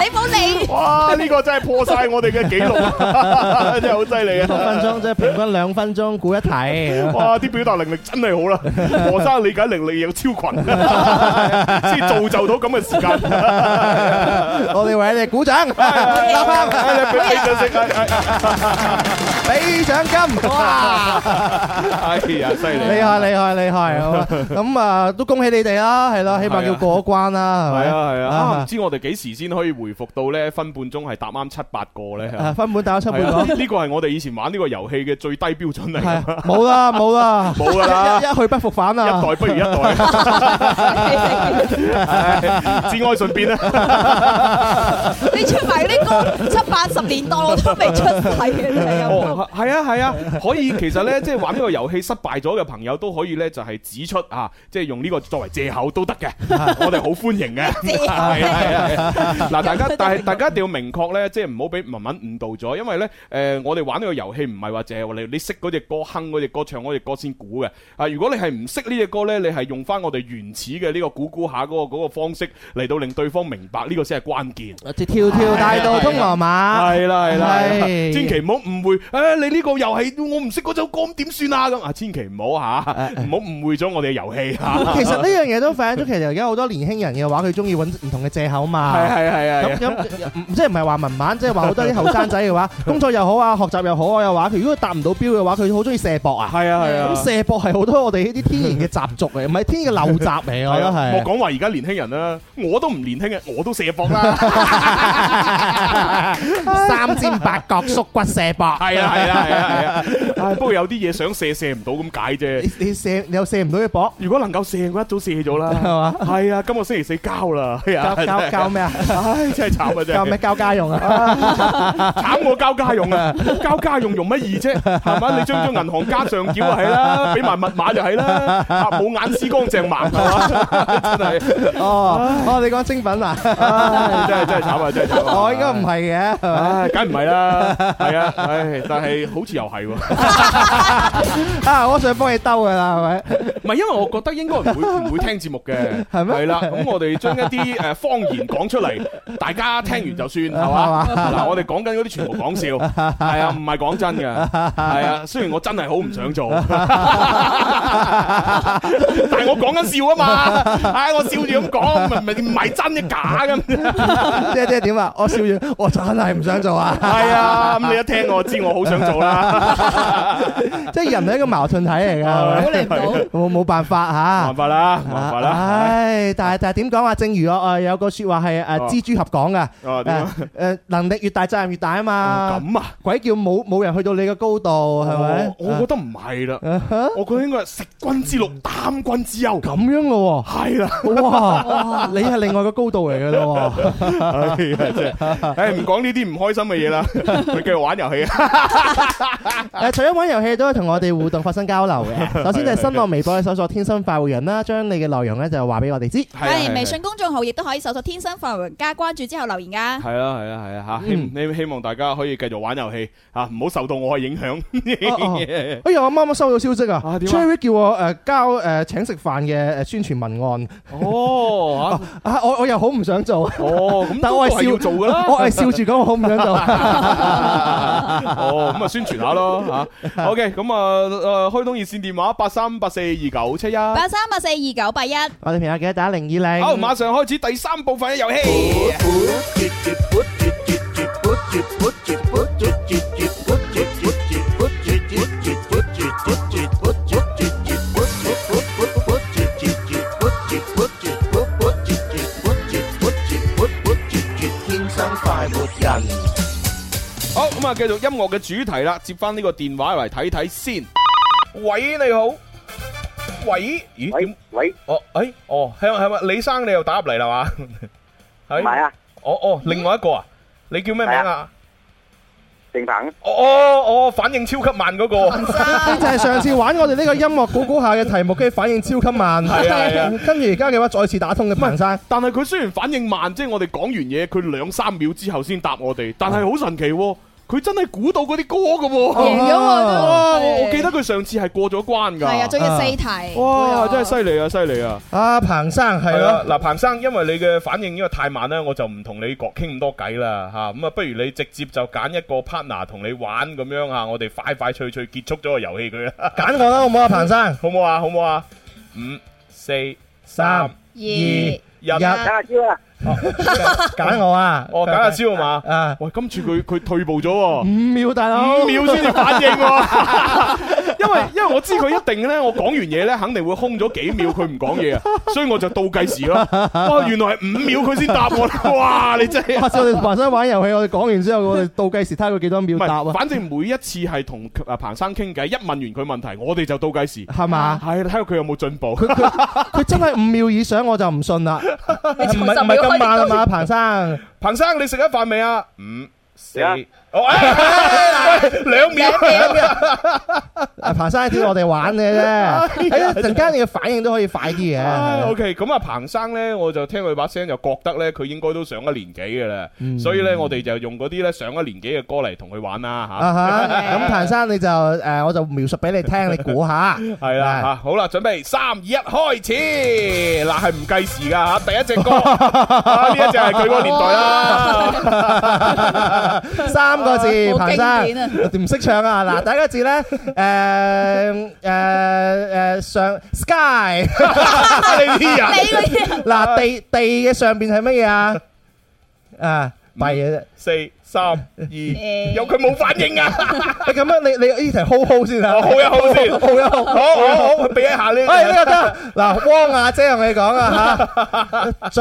S4: 你冇理，
S2: 哇！呢個真係破晒我哋嘅紀 錄，真係好犀利啊！
S3: 六分鐘即係平均兩分鐘估一題。
S2: 哇！啲表達能力真係好啦，何生理解能力有超 群，先造就到咁嘅時間。
S3: 我哋為你哋鼓
S2: 係
S3: 掌，立
S2: 係係哎係俾俾掌聲，係
S3: 俾獎金，哇！
S2: 係哎呀，犀利！
S3: 厲害厲害厲害，好啊咁啊都恭喜你哋啦，係咯，起碼
S2: 係
S3: 叫
S2: 啊
S3: 過關啦，係咪
S2: 係啊係啊，啊唔知我哋幾時先可以回復到咧分半鐘係答啱七八個咧？
S3: 啊分本打咗出本
S2: 係
S3: 講
S2: 啊，。呢個係我哋以前玩呢個遊戲嘅最低標準嚟㗎，
S3: 係啊冇啦冇啦，
S2: 冇㗎啦
S3: 一一去不復返
S2: 一
S3: 啊！
S2: 代不如一 代， 唉節哀順變啊啦。
S4: 你出埋呢歌七八十年代我都未出世嘅，真係有
S2: 哦，係啊，係啊，可以其實咧，即係玩呢個遊戲失敗咗嘅朋友都可以咧，就係指出啊，即係用呢個作為藉口都得 嘅，我哋好歡迎嘅。
S4: 借
S2: 係啊係啊係 啊！嗱，大家但係大家一定要明確咧，即係唔好俾文文誤導咗，因為咧誒，我哋玩呢個遊戲唔係話淨係話你你識嗰只歌、哼嗰只歌、唱嗰只歌先估嘅。啊，如果你係唔識呢只歌咧，你係用翻我哋原始嘅呢個估估下嗰個嗰個方式嚟到令對方明白呢個先係關鍵。
S3: 條條大道通羅
S4: 啊
S3: 馬，
S2: 系啦系啦，係啦
S3: 係
S2: 千祈唔好誤會。诶，你呢個又係我唔識嗰首歌，咁點算啊？咁啊，千祈唔好吓，唔好誤會咗我哋嘅遊 戲吓。
S3: 其實呢樣嘢都反映咗，其實而家好多年輕人嘅話，佢中意揾唔同嘅藉口
S2: 係
S3: 嘛。
S2: 係係
S3: 咁
S2: 係啊
S3: 咁唔即係唔係話文盲，即係話好多啲後生仔嘅話，工作又好啊，學習又好啊嘅話，佢如果達唔到標嘅話，佢好中意射博啊。
S2: 係啊係啊
S3: 咁。射博係好多我哋呢啲天然嘅習俗嚟，唔係天然嘅陋習嚟，我
S2: 係
S3: 覺得
S2: 啊
S3: 係
S2: 莫。講話而家年輕人啦，我都唔年輕嘅，我都射博啦。
S3: 三尖八角縮骨射博，
S2: 係啊係啊係啊係啊唉。不過有啲嘢想射射唔到咁解啫。
S3: 你你射你又射唔到嘅博，
S2: 如果能夠射，我一早射咗
S3: 係
S2: 啦。
S3: 嘛？
S2: 係啊，今個星期四交啦。係 啊
S3: 教教教 咩啊？
S2: 唉，真係慘啊！真
S3: 教
S2: 係
S3: 咩。教家 用啊？
S2: 慘我交家用啊！交家用用乜易啫？係嘛？你將張銀行加上繳就係啦，俾埋密碼就係啦，啊冇眼屎乾淨盲係嘛？真係，
S3: 哦哦，你講精品啊？ 哦
S2: 唉真係真係慘啊！真係慘啊！
S3: 我應該唔唔係嘅，係咪
S2: 唉，梗唔係啦，係啊，唉，但係好似又係喎，
S3: 啊，我想幫你兜噶啦，係咪？
S2: 唔係因為我覺得應該唔會唔會聽節目嘅，
S3: 係咩
S2: 係啦，咁我哋將一啲誒方言講出嚟，大家聽完就算係嘛？
S3: 係嘛
S2: 嗱，我哋講緊嗰啲全部 講笑，係啊，唔係講真嘅，係啊，雖然我真係好唔想做， 但係我講緊笑啊嘛，唉，我笑住咁講，唔係唔係真嘅假咁。
S3: 即係即係點啊？我笑完，我真係唔想做啊！
S2: 系啊，咁你一聽我知我好想做
S3: 啊
S2: 啦，
S3: 即係人係一個矛盾 體嚟㗎，
S2: 係
S3: 係咪冇冇辦法
S2: 冇
S3: 嚇
S2: 辦。法啦，冇辦法啦。
S3: 唉，但係但係點講啊？正如我誒有個説話係誒
S2: 哦
S3: 蜘蛛俠講嘅，
S2: 哦點啊
S3: 誒誒能力越大責任越大啊嘛。
S2: 咁啊，
S3: 鬼叫冇冇人去到你嘅高度係咪啊
S2: 我？哦我覺得唔係啦，我覺得應該係食君之祿，擔君之憂。
S3: 咁樣咯
S2: 係 啦，
S3: 喎，哇！啊 你係另外個高度嚟嘅咯 喎。
S2: 唉啊真係，唉唔講呢啲唔開心嘅嘢 啦，佢繼續玩遊戲啊。
S3: 誒，除咗玩遊戲，都可以同我哋互動發生交 流嘅。首先就係新浪微博搜索「天生快活人」啦，將你嘅內容咧就話俾我哋 知。
S2: 啊
S4: 係微信公眾號亦都可以搜索天生快活人加關注之後留言噶。
S2: 係啊啦係啦係啦吓，希希希望大家可以繼續玩遊戲吓，唔好受到我嘅影響。
S3: 哦哎呀，我啱啱收到消息啊
S2: 啊點啊
S3: ，Cherry 叫我誒交誒請食飯嘅誒宣傳文案。
S2: 哦，嚇
S3: 啊，我我又好唔想做。
S2: 哦， 咁
S3: 但我
S2: 都係
S3: 係
S2: 啊
S3: 笑
S2: 要做噶 啦。
S3: 我係笑住講我好唔 想做。
S2: 哦，咁啊宣傳下咯 吓。OK，咁啊誒開通熱線電話八三八四二九七一。
S4: 八三八四二九八一，
S3: 我哋朋友記得打零二零。
S2: 好，馬上開始第三部分嘅遊戲。好，咁啊繼續音樂嘅主題啦，接翻呢個電話嚟睇睇先。喂，你好。喂，咦？點？
S6: 喂，
S2: 哦，誒，哦，係咪係咪？李生你又打入嚟啦嘛？ 係
S6: 唔係啊，
S2: 哦哦，另外一個啊，你叫咩名
S6: 係
S2: 啊？
S6: 定鹏，
S2: 哦哦哦，反應超級慢嗰 個。
S3: 呢就係上次玩我哋呢個音樂估估下嘅題目，跟住反應超級慢。
S2: 係啊係啊
S3: 跟住而家嘅話，再次打通嘅彭生。
S2: 但係佢雖然反應慢，即係我哋講完嘢，佢兩三秒之後先答我哋，但係好神奇喎，佢真係估到嗰啲歌嘅喎。
S4: 贏咗喎都
S2: 哇！我
S4: 係
S2: 我記得佢上次係過咗關㗎。
S4: 係啊，仲要四題。
S2: 哇！真係犀利啊，犀利啊！
S3: 啊，彭生係
S2: 係
S3: 咯
S2: 咯，。嗱，彭生，因為你嘅反應因為太慢咧，我就唔同你講傾咁多偈啦嚇。咁啊，不如你直接就揀一個 partner 同你玩咁樣嚇，我哋快快脆脆結束咗個遊戲佢啦，
S3: 揀我啦，好唔好啊，彭生？
S2: 好唔好啊？好唔好啊？五、四、三、
S3: 三
S4: 二
S2: 一，
S3: 一
S6: 等下招啦，
S3: 揀我啊！
S2: 我揀阿蕭啊嘛。
S3: 啊！
S2: 喂，今次 佢佢退步咗喎
S3: 五。秒大佬，
S2: 五秒先至反應喎， 因為因為我知佢一定咧，我講完嘢咧，肯定會空咗幾秒，佢唔講嘢啊，所以我就倒計時 咯。哇，原來係五秒佢先答我啦，哇！你真係啊
S3: 下次我哋彭生玩遊戲，我哋講完之後，我哋倒計時睇下佢幾多
S2: 唔
S3: 秒答
S2: 係，
S3: 啊？
S2: 反正每一次係同阿彭生傾偈，一問完佢問題，我哋就倒計時，
S3: 係嘛？
S2: 係睇下佢有冇進步。
S3: 佢真係五秒以上我就唔信啦，唔係唔係咁慢啊嘛，彭生。
S2: 彭生，你食咗飯未啊？五四，
S6: 啊
S2: 哦，哎哎哎兩秒。
S3: 啊，彭生一啲我哋玩嘅啫，誒陣間你嘅反應都可以快啲
S2: 唉
S3: 嘅。
S2: OK，咁啊，彭生呢，我就聽佢把聲就覺得呢，佢應該都上咗年紀嘅啦，所以呢，我哋就用嗰啲呢上咗年紀嘅歌嚟同佢玩啦
S3: 啊
S2: 吓。
S3: 哈，咁彭生你就誒，我就描述俾你聽，你估下。
S2: 係啦吓，好啦，準備三二一，開始！嗱，係唔計時㗎吓，第一隻歌，啊呢一隻係佢嗰個年代啦。
S3: 三個字，
S4: 好
S3: 彭
S4: 經典啊
S3: 生唔識唱啊！嗱，第一個字咧，誒誒誒上 sky，
S2: 你啲人
S4: 你嗰啲
S3: 嗱地地嘅上邊係乜嘢啊？啊，弊嘅啫。
S2: 四三 二，有佢冇反應啊！
S3: 你咁樣，你你呢題 hold hold 先啊
S2: 我 hold 一 hold 先
S3: ，hold 一 hold。
S2: 好好好，俾一下呢。
S3: 哎，呢個得嗱，汪亞姐同你講啊 吓，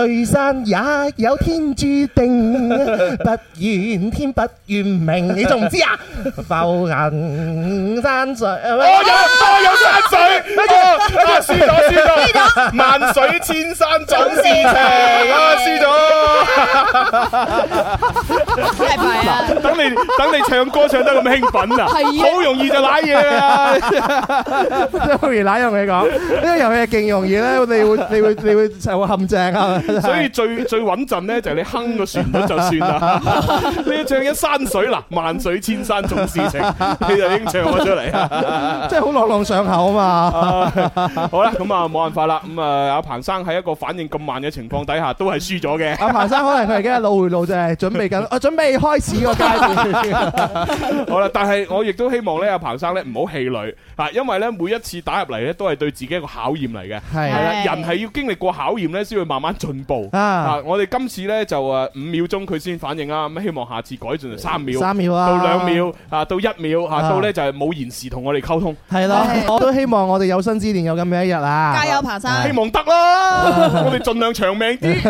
S3: 聚散也有天注定，不怨天不怨命，你仲唔知啊？浮雲山水，
S2: 我哦有我有山水，我啊輸咗輸咗，萬水千山總是情，啊輸咗。
S4: 真係弊啊！
S2: 等你等你唱歌唱得咁興奮啊，
S4: 係啊
S2: 好容易就舐嘢啊！
S3: 真係 好易奶，我同你講，呢個遊戲係勁容易咧，你會你會你會就會陷阱啊！ 真係
S2: 所以最最穩陣咧就係你哼個旋律就算 啦。你唱一山水嗱，萬水千山總是情，你就已經唱咗出嚟啦。
S3: 真係好朗朗上口啊嘛！
S2: 好啦，咁啊冇辦法啦，咁啊阿彭生喺一個反應咁慢嘅情況底下，都係輸咗 嘅。
S3: 阿彭生可能佢而家腦回路就係準備緊，我準備開始個階段。
S2: 好啦，但係我亦都希望咧，阿彭生咧唔好氣餒啊，因為咧每一次打入嚟咧都係對自己一個考驗嚟嘅。
S3: 係
S2: 係啦，
S4: 係
S2: 人係要經歷過考驗咧，先會慢慢進步。
S3: 啊
S2: 啊，我哋今次咧就誒五秒鐘佢先反應啦，咁希望下次改進就三秒。
S3: 三秒啊，
S2: 到兩秒啊，到一秒啊，
S3: 啊
S2: 到咧就係冇延時同我哋溝通，
S3: 係咯，
S4: 係
S3: 我都希望我哋有生之年有咁樣一日啊！
S4: 加油，彭生！
S2: 希望得 啦，我哋盡量長命啲，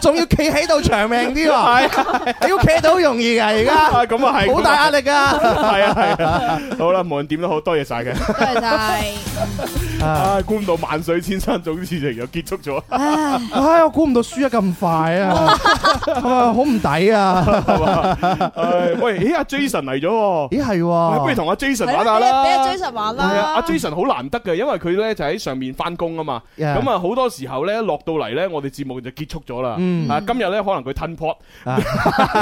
S3: 仲要企喺度長命啲 喎，
S2: 係
S3: 你要企喺度好容易㗎，而
S2: 啊，
S3: 家
S2: 咁啊 係，
S3: 好大壓力㗎。
S2: 係啊係啊，好啦，無論點都好多謝晒嘅，
S4: 多謝晒。
S2: 啊，估唔到萬水千山總事情又結束咗，
S4: 唉
S3: 唉，我估唔到輸得咁快 啊，啊好唔抵啊！
S2: 係嘛？唉喂，咦阿 Jason 嚟咗喎，
S3: 咦係
S2: 喂不如
S3: 喎，
S2: 同阿 Jason 玩
S4: 係
S2: 下
S4: 咯
S2: 啦，
S4: 俾俾阿 Jason 玩啦。
S2: 係啊，阿 Jason 好難得嘅，因為佢咧就喺上面翻工啊嘛，
S3: Yeah
S2: 咁啊好多時候咧落到嚟咧，我哋節目就結束咗啦。
S3: 嗯
S2: 啊，今日咧可能佢吞 pot，
S3: 啊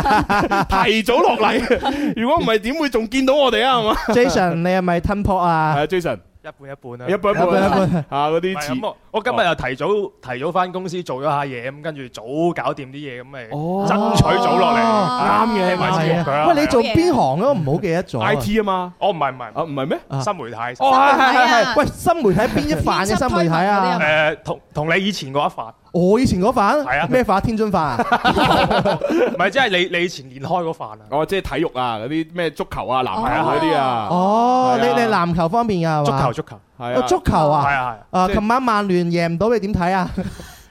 S2: 提早落嚟，如果唔係點會仲見到我哋啊？係嘛？
S3: Jason 你係咪吞破啊
S2: 係？啊，Jason
S10: 一半一半啦。
S2: 一半一
S3: 一半
S2: 半
S3: 一半
S2: 啊，嗰啲
S10: 係
S2: 詞
S10: 咁我我今日又提早提早翻公司做咗下嘢，咁跟住早搞掂啲嘢，咁咪爭取早落嚟，
S4: 啊
S2: 啱嘅
S10: 聽埋節目佢啦。
S3: 哦啊喂，你做邊行啊？我唔好記得咗啊。
S2: I T 啊嘛，
S10: 哦我唔係唔係
S2: 啊唔係咩？
S3: 啊
S10: 新媒體，
S2: 哦係係係係，
S4: 啊
S3: 喂，新媒體邊一範嘅新媒體啊？
S10: 誒同同你以前嗰一法，
S2: 哦
S3: 我以前嗰範
S10: 係啊
S3: 咩範？天津範啊？
S10: 唔係即係你你以前練開嗰法啊，
S2: 哦即係體育啊，嗰啲咩足球啊、籃球
S4: 哦
S2: 啊嗰啲啊，
S3: 哦，你
S2: 係啊
S3: 你籃球方面㗎係
S10: 足
S3: 嘛
S10: 球？足球，
S2: 係啊
S3: 哦，足球
S10: 係
S3: 啊？
S10: 啊係啊，
S3: 啊，
S2: 即係
S3: 琴晚曼聯贏唔到，你點睇啊？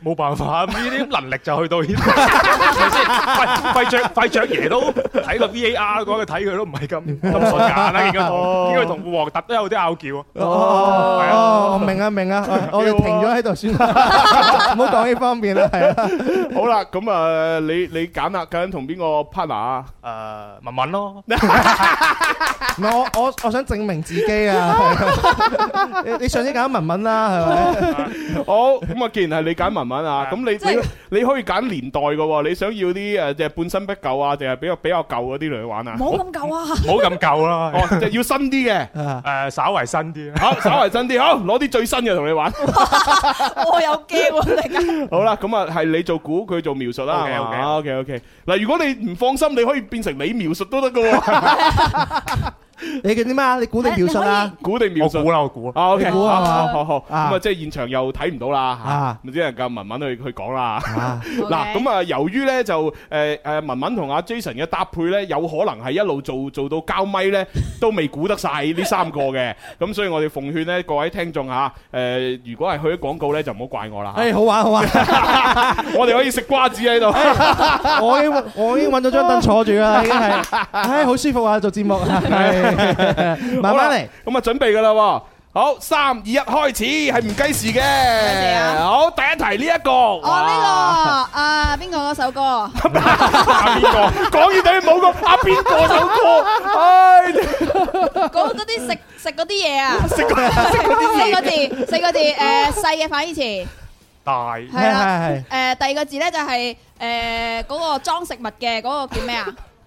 S10: 冇辦法，呢啲能力就去到 呢度，係咪先？費費著費著爺都睇個 VAR 嗰個睇佢都唔係 咁咁順眼啦，應該
S2: 哦
S10: 同應該同霍特都有啲拗撬啊。
S3: 哦哦，我明啊明啊，我我哋停咗喺度算啦，唔好講呢方面啦，係啊。
S2: 好啦，咁啊你你揀啦，究竟同邊個 partner 啊？
S10: 誒文 文咯，
S3: 唔係我我我想證明自己啊！你你上次揀文文啦，係咪？
S2: 好，咁啊，既然係你揀文文啊，咁
S4: 即係
S2: 你你你可以揀年代嘅喎，你想要啲呃誒即係半新不舊啊，定係比較比較舊嗰啲嚟玩啊？
S4: 冇咁夠啊！
S10: 唔好咁舊啦。
S2: 哦，就要新啲嘅，
S3: 啊
S10: 誒，稍為新啲啦。
S2: 好，稍為新啲，好，攞啲最新嘅同你玩。
S4: 我有驚喎，突然間
S2: 好啦，咁啊係你做估，佢做描述啦。
S10: OK，OK
S2: OK OK。嗱，如果你唔放心，你可以變成你描述都得嘅喎，
S3: 你嘅點啊？你估定描述啊？
S2: 估定描
S10: 我
S2: 述
S10: 估。啦，我估啦。
S2: 啊，OK，
S3: 你估啊
S2: 好
S3: 嘛
S2: 好好好，
S3: 啊
S2: 咁啊，即係現場又睇唔到啦
S3: 啊，
S2: 嚇咁只能夠文文去去講啦。
S3: 啊，
S2: 嗱，咁啊，由於咧就誒誒文文同阿 Jason 嘅搭配咧，有可能係一路做做到交咪咧，都未估得晒呢三個嘅，咁所以我哋奉勸咧各位聽眾嚇，誒如果係去咗廣告咧，就唔好怪我啦，
S3: 誒好玩好玩！
S2: 我哋可以食瓜子喺度，
S3: 我已經我已經揾咗張凳坐住啦，已經係，唉好舒服啊！做節目，係慢慢嚟。
S2: 咁啊準備噶啦喎。好，三二一，開始係唔計時
S4: 謝
S2: 嘅。
S4: 啊
S2: 好，第一題呢一個，
S4: 哦呢個啊邊個嗰首歌？
S2: 下邊個講完等於冇個啊邊個首歌？啊唉，
S4: 講 嗰啲食食嗰啲嘢啊，食嗰啲四個字，四個字誒細 嘅反義詞
S10: 大
S4: 係啦
S3: 係係。
S4: 誒第二個字咧就係誒嗰個裝食物嘅嗰個叫 咩啊？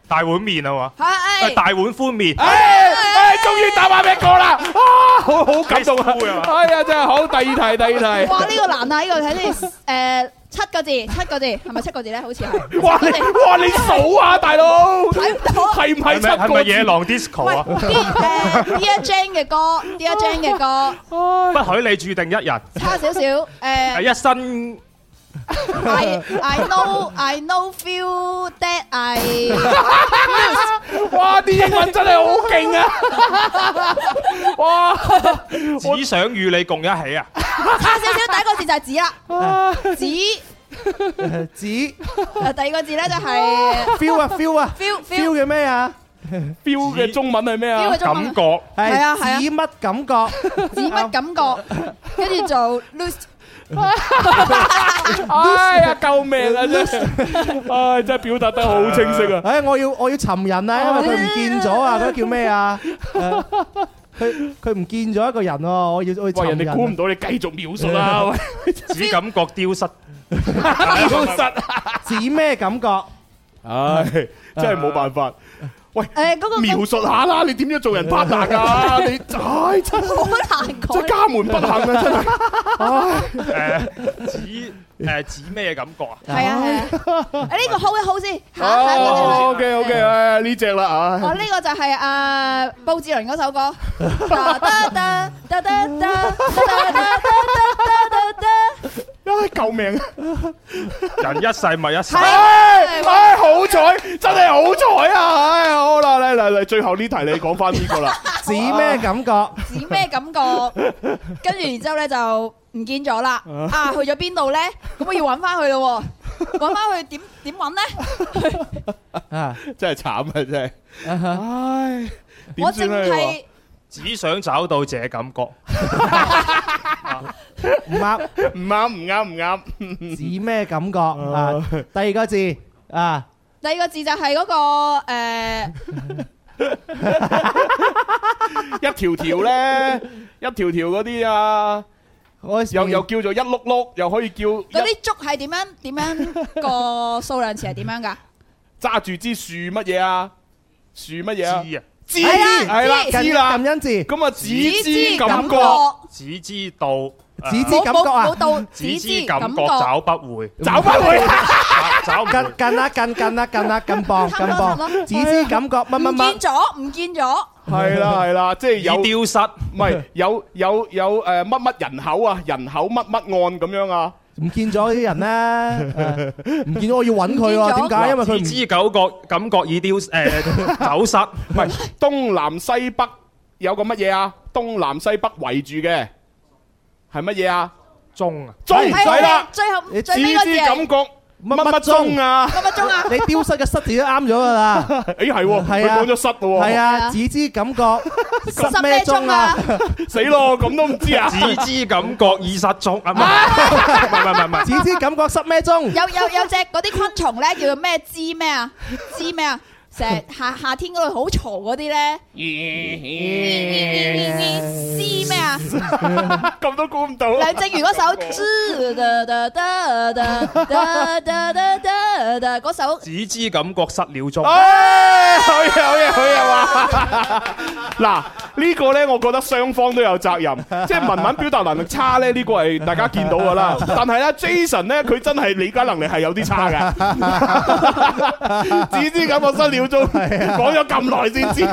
S10: 大碗麵啊嘛，
S4: 係
S2: 哎
S10: 誒大碗寬麵，
S2: 唉，唉，終於答啱一個啦！啊，好好感動啊
S10: 你輸啊！
S2: 哎呀，真係好，第二題，第二題。
S4: 哇呢個難啊！呢個睇 你誒七個字，七個字係咪七個字咧？好似係。
S2: 哇，你哇，你數啊，大佬，
S4: 睇唔到。
S2: 係唔係
S10: 係
S2: 七
S10: 咪係咪野
S2: 個字？
S10: 狼 disco 啊？
S4: D 一 Jane 嘅歌，D 一 Jane 嘅歌，
S10: 不許你注定一人，
S4: 差少少。誒
S2: 哎
S10: 係一生
S4: ，I I know I know feel that I
S2: 哇，啲英文真係好勁啊！哇，
S10: 只想與你共一起啊！
S4: 差少少。第一個字就係紙啦， 紙。
S3: 指
S4: 誒啊第二個字咧就 係
S3: feel 啊 feel 啊
S4: feel
S3: feel
S4: feel
S3: 嘅咩啊？
S2: 標嘅中文係咩
S4: feel
S2: 啊
S4: 嘅？中
S10: 感
S4: 文
S10: 覺
S3: 係
S4: 係啊係啊
S3: 指乜感覺？
S2: 啊
S4: 指乜感覺，跟住做 lose
S2: 哎 呀，救命啊！真係，唉，真係表達得好清晰啊！
S3: 哎唉，我要我要尋人
S4: 哦
S3: 啊，因為佢唔見咗 啊，嗰個叫咩啊？誒佢佢唔見咗一個人喎，我要我要尋
S2: 喂，
S3: 人啊。
S2: 人哋估唔到你繼續描述 啦，喂，
S10: 只感覺丟失。
S2: 好實，
S3: 指咩感覺？
S2: 唉，真係冇辦法。
S4: 诶，嗰個
S2: 描述下啦，你點樣做人 partner 噶？ 你唉真係
S4: 好難
S2: 真係
S4: 講。
S2: 家門不幸啊！真係，
S10: 誒指誒指咩感覺啊？
S4: 係啊 係啊，誒呢個 hold 一 hold 先，下下一個
S2: 哦
S4: 先。
S2: Ờ, ，OK Ờ, OK，唉呢只 啦，
S4: 哦，
S2: 唉，
S4: 呢個就係啊布志綸嗰首歌。 噠噠噠噠噠噠噠噠噠噠
S2: 唉救命啊！
S10: 人一世物一世，
S2: 唉，唉，好彩，真係好彩啊！唉，好啦，嚟嚟嚟，最後呢題你講翻呢個啦，
S3: 指咩感覺？啊
S4: 噠噠，指咩感覺？跟住然之後咧就唔見咗啦。啊，去咗邊度咧？咁我要揾翻佢咯喎，揾翻佢點點揾咧？
S3: 啊
S2: 真係慘啊！真係，唉，
S4: 我
S2: 點
S4: 淨
S2: 算咧？
S4: 係
S10: 只想找到這感覺。
S3: 唔啱。
S2: 唔啱，唔啱，唔啱。
S3: 指咩感覺
S2: 哦
S3: 啊？第二個字啊，
S4: 第二個字就係嗰個誒
S2: 一條條咧，一條條嗰啲啊，
S3: 我
S2: 又又叫做一碌碌，又可以叫
S4: 嗰
S2: 一
S4: 啲竹係點樣點樣個數量詞係點樣㗎？
S2: 揸住支樹乜嘢啊？樹乜嘢啊？
S10: 知啊，
S2: 知
S4: 係啊
S2: 係啦，
S4: 知
S2: 知
S3: 感
S2: 啦。
S3: 恩字，
S2: 咁啊，只知感
S4: 感
S2: 覺，
S4: 覺，
S10: 只知道，
S3: 只知
S4: 冇
S3: 感覺
S4: 冇
S3: 啊
S4: 冇，到，
S10: 只
S4: 只
S10: 知
S4: 知
S10: 感
S4: 感
S10: 覺
S4: 覺。
S10: 找不回，
S2: 找翻佢 啊！
S10: 找找唔
S3: 近
S10: 回。
S3: 近啦，近近啦，近啦，近磅，
S4: 差
S3: 近
S4: 唔多差唔
S3: 磅
S4: 多，
S3: 只知感覺乜乜乜
S4: 唔見。咗，唔見咗，
S2: 係啦係啦，即係有
S10: 已
S2: 唔
S10: 丟失，
S2: 係有有有誒乜乜人口啊，人口乜乜案咁樣啊？
S3: 唔見咗啲人咧，誒唔見咗我要揾佢
S4: 唔見
S3: 喎，
S4: 咗
S3: 點解？因為佢
S10: 只
S3: 唔
S10: 知感覺感覺已丟誒走失，唔係
S2: 東南西北有個乜嘢啊？東南西北圍住嘅係乜嘢啊？
S10: 中啊，
S2: 中
S3: 係
S2: 係啦，
S4: 哎最後
S3: 你
S4: 最
S2: 只
S4: 尾嗰
S2: 知感
S4: 字
S2: 覺乜乜中啊！
S4: 係乜乜鐘啊？
S3: 你丟失嘅失字都啱咗噶啦，
S2: 誒係喎，佢
S3: 係啊
S2: 講咗失喎，
S3: 係
S4: 係
S3: 啊，
S4: 啊
S3: 只知感覺失咩
S4: 十咩
S3: 鐘
S4: 鐘
S3: 啊
S4: 啊？？
S2: 死咯，咁都唔知 啊！
S10: 只知感覺已失蹤啊，唔係唔係唔係 唔係
S3: 只知感覺失咩鐘？
S4: 有有有隻嗰啲昆蟲咧，叫做咩知咩啊？知咩啊？成日夏夏天嗰度好嘈嗰啲咧，知咩啊？
S2: 咁都估唔到，
S4: 梁靜茹嗰首《知得得得得得得得得得》嗰首，
S10: 只知感覺失了蹤，
S2: 哎，好嘢好嘢好嘢哇！嗱，呢個呢，我覺得雙方都有責任，即係文文表達能力差呢，呢個係大家見到噶啦。但係呢 Jason 呢，佢真係理解能力係有啲差嘅，只知感覺失了蹤，講咗咁耐先知。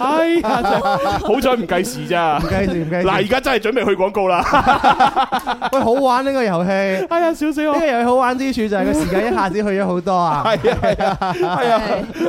S2: 哎呀，真係好彩唔計時咋
S3: 唔。計住，唔計
S2: 嗱，而
S3: 住。
S2: 家真係準備去廣告啦。
S3: 喂，好玩呢個遊戲。
S2: 哎呀，笑死我
S3: 呢！個遊戲好玩之處就係個時間一下子去咗好多啊！
S2: 系啊系啊系啊，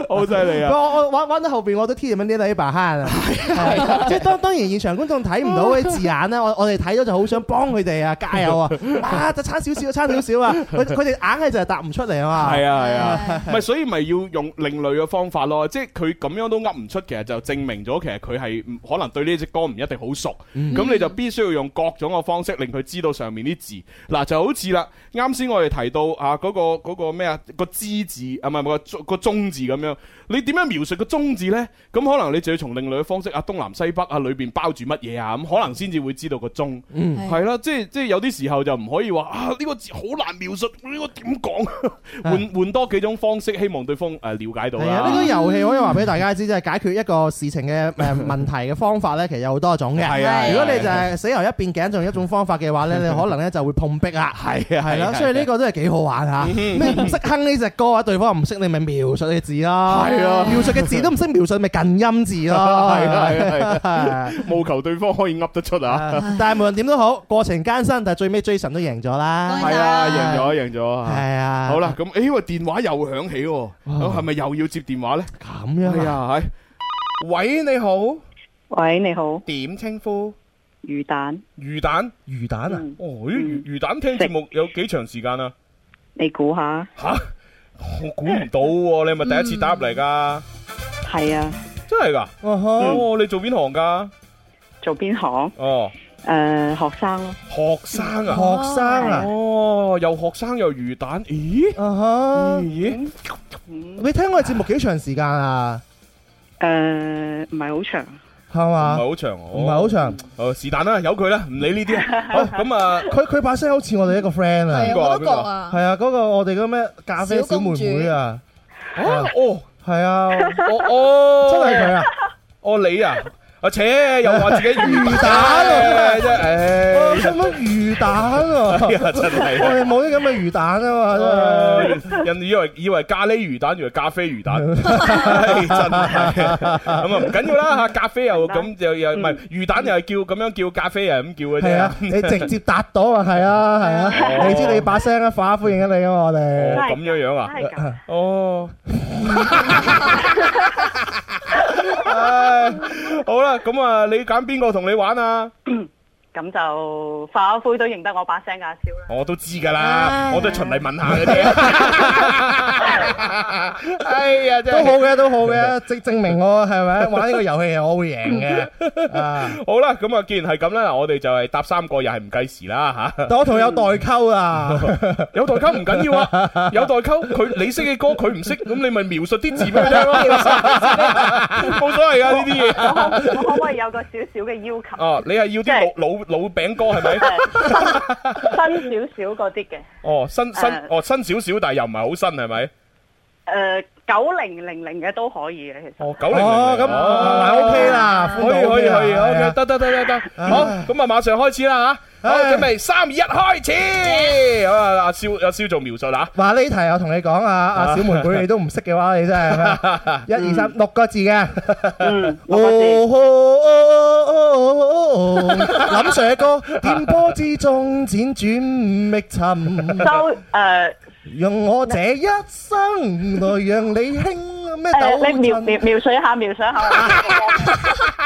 S2: 好犀利
S3: 我
S2: 啊！
S3: 我玩玩到後邊我都貼緊呢啲把慳啊！ 係即係當當然現場觀眾睇唔到 嘅字眼咧，我我哋睇咗就好想幫佢哋啊，加油 啊！啊，就差少少，差少少啊！佢佢哋硬係就係答唔出嚟啊嘛！
S2: 系啊系啊， 咪所以咪要用另類嘅方法咯，即係佢咁樣都噏唔出，其實就證明咗其實佢係唔可能對呢隻歌唔一定好熟，
S3: 嗯
S2: 咁你就必須要用各種嘅方式令佢知道上面啲字。嗱就好似啦，啱先我哋提到啊嗰個嗰個咩啊個之字啊唔係唔係個中個中字咁樣，你點樣描述個中字呢？咁可能你就要從另類嘅方式啊東南西北啊裏邊包住乜嘢啊咁，可能先至會知道個中。係啦，即係即係有啲時候就唔可以話啊呢、個字好難描述，呢、個點講？換換多幾種方式，希望對方誒、呃了解到
S3: 係啊，呢個
S2: 啦。
S3: 遊戲可以話俾大家知，即係解決一個事情嘅誒問題嘅方法咧，其實有好多種嘅。
S2: 係啊
S3: 如果你
S2: 係啊
S3: 就係死牛一邊頸，仲有一種方法嘅話咧，你可能咧 就會碰壁啦。
S2: 啊係啊
S3: 係
S2: 係
S3: 啦，
S2: 啊嗯
S3: 所以呢個都係幾好玩嚇。你唔識哼呢只歌啊，對方唔識，你咪描述嘅字咯。係啊，描述嘅字都唔識描述，咪近音字咯。
S2: 係啊係 啊
S3: 啊。
S2: 務求對方可以噏得出啊！
S3: 但係無論點都好，過程艱辛，但係最尾 Jason 都贏咗啦。
S4: 係
S2: 係啊，贏咗贏咗啊！
S3: 係啊。
S2: 好，啦，咁誒個電話又響起喎，咁係咪又要接電話呢？
S3: 咁樣
S2: 係
S3: 啊。
S2: 啊，係。喂，你好，
S11: 喂，你好，
S2: 點稱呼？
S11: 魚蛋，
S2: 魚蛋，魚蛋啊！哦，咦魚蛋聽節目有幾長時間啊？
S11: 你估下？
S2: 吓，我估唔到喎，你係咪第一次打入嚟㗎？
S11: 係啊，
S2: 真係㗎？
S3: 哦呵
S2: 嗯哦，你做邊行㗎？
S11: 做邊行？
S2: 哦，
S11: 诶，學生咯，
S2: 學生啊，
S11: 學生啊
S2: 哦，又學生又魚蛋，咦？
S3: 啊
S2: 咦？
S3: 你聽我哋節目幾長時間啊？
S11: 诶，唔係好長。
S3: 係
S2: 唔
S3: 嘛
S2: 係？好長，唔
S3: 唔係好長。
S2: 誒是但啦，由佢啦，唔理呢啲 啊。好咁啊，
S3: 佢佢把聲好似我哋一個 friend 啊，
S2: 係啊邊個啊我都覺啊
S3: 係啊，嗰個我哋嗰個咩咖啡小妹妹啊，
S2: 啊哦，
S3: 係啊，
S2: 哦哦，
S3: 真係佢啊！
S2: 哦你 啊，啊切，又話自己魚
S3: 魚
S2: 蛋
S3: 蛋
S2: 啊，真
S3: 我
S2: 係
S3: 心諗魚蛋啊，
S2: 哎呀真係
S3: 我哋冇啲咁嘅魚蛋啊嘛，真係。
S2: 唉。 人哋以為以為咖喱魚蛋，原來咖啡魚 蛋，唉真係咁啊唔緊要啦嚇，咖啡又咁又又唔
S3: 嗯
S2: 係魚蛋又係叫咁樣叫咖啡又係咁叫嘅
S3: 係
S2: 啫。
S3: 啊，你直接答到啊，係啊，係啊，你知你把聲啊，化歡迎緊你啊嘛，我哋
S2: 哦咁樣樣啊
S3: 真係㗎，
S2: 哦。唉，好啦，咁啊，你揀邊個同你玩啊？
S11: 咁就化灰都認得我把聲阿蕭啦。
S2: 我都知噶啦，我都係循例問下嘅 啫。哎呀，真係
S3: 都好嘅，都好嘅，證證明我係咪玩呢個遊戲係我會贏嘅。
S2: 好啦，咁啊，既然係咁啦，嗱，我哋就係搭三個又係唔計時啦吓。
S3: 但我同佢有代溝啊，
S2: 有代溝唔緊要 啊，有代溝佢你識嘅歌佢唔識，咁你咪描述啲字俾佢聽咯， 冇所謂啊噶呢啲
S11: 我可
S2: 嘢。
S11: 我可唔可以有個少少嘅要求？
S2: 哦，你係要啲老老老餅歌係咪？
S11: 新少少嗰啲嘅，
S2: 哦，新新
S11: 誒
S2: 哦新少少，但係又唔係好新係咪？
S11: 誒九零零零嘅都可以嘅，其實。
S2: 哦，九零零
S3: 哦咁嗱 OK 啦歡
S2: 可以
S3: 度
S2: 可以
S3: OK 啦
S2: 可以
S3: 係啊
S2: ，OK 得得得得得，好咁啊，馬上開始啦吓，好準備三二一開始，好啊，阿蕭阿蕭做描述啊 啦。
S3: 話呢題我同你講 啊，阿小妹妹你都唔識嘅話，你真係一二三六個字嘅。
S11: 嗯，
S3: 哦哦哦哦哦哦林 Sir 嘅歌，電波之中輾轉覓尋。
S11: 周誒。
S3: 用我這一生來讓你輕咩抖
S11: 誒，你描描描述一下，描述一下。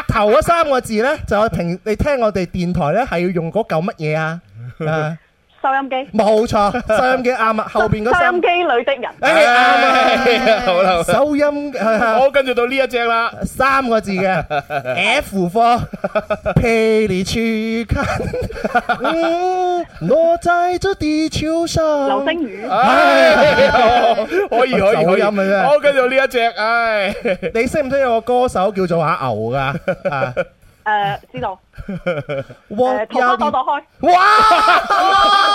S3: 頭嗰三個字咧，就係平你聽我哋電台咧係要用嗰嚿乜嘢 啊？啊
S11: 收音機。
S3: 冇錯，收音機 啱啊，後邊嗰
S11: 收
S3: 三
S11: 音機裏的人。
S3: 哎 啱啊，
S2: 好啦好啦
S3: 收音
S2: 好，跟住到呢一隻啦。
S3: 三個 字嘅 F 科，陪你去 看，嗯，我在這地球上。
S11: 流星雨。
S2: 唉，可以可以
S3: 走
S2: 可以，
S3: 音啊真係
S2: 好，跟住到呢一隻，唉，
S3: 你識唔識有個歌手叫做阿牛 噶？啊
S11: 誒，知 道。
S3: 哇
S11: 誒，桃花朵朵開。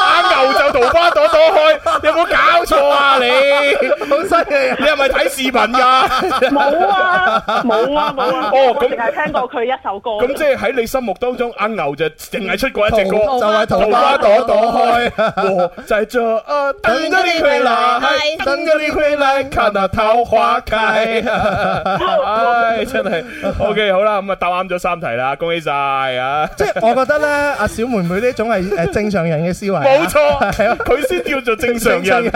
S2: 阿牛就桃花朵朵開，你有冇搞錯啊你？
S3: 好犀利啊！
S2: 你係咪睇視頻㗎？
S11: 冇啊，冇啊，冇啊！
S2: 哦
S11: 我
S2: 咁
S11: 淨係聽過佢一首歌。
S2: 咁即係喺你心目當中，阿牛就淨係出過一隻歌，
S3: 桃就係桃
S2: 花
S3: 花
S2: 朵朵
S3: 朵朵
S2: 開
S3: 開，
S2: 我在這啊等着你回 來，等着你回來，看那桃花開。唉，真係 OK 好啦，咁啊答啱咗三題啦，恭喜晒 啊！
S3: 即係我覺得咧，阿小妹妹呢種係誒正常人嘅思維啊。
S2: 冇錯
S3: 係啊，
S2: 佢先叫做正常人。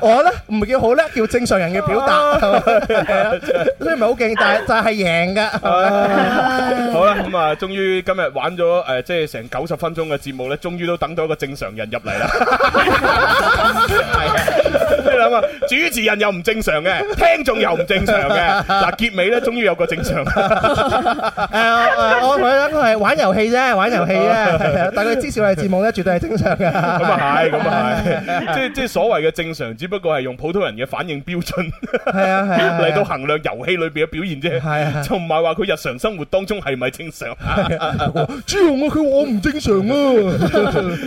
S3: 我咧唔叫好叻，叫正常人嘅表達。係啊雖然唔係好勁，但係但係贏㗎。
S2: 好啦，咁啊，終於今日玩咗誒、即係成九十分鐘嘅節目咧，終於都等到一個正常人入嚟啦。係啊，你諗下，主持人又唔正常嘅，聽眾又唔正常嘅，嗱結尾咧，終於有個正常。
S3: 誒誒，我我諗係玩遊戲啫，玩遊戲啫。係啊但係佢支持我哋節目咧，絕對係正常嘅。
S2: 咁啊係，咁啊係，即係即係所謂嘅正常，只不過係用普通人嘅反應標準
S3: 係啊係啊。
S2: 嚟到衡量遊戲裏邊嘅表現啫，
S3: 係啊
S2: 就唔係話佢日常生活當中係咪正常。
S3: 朱紅啊，佢話我唔正常啊。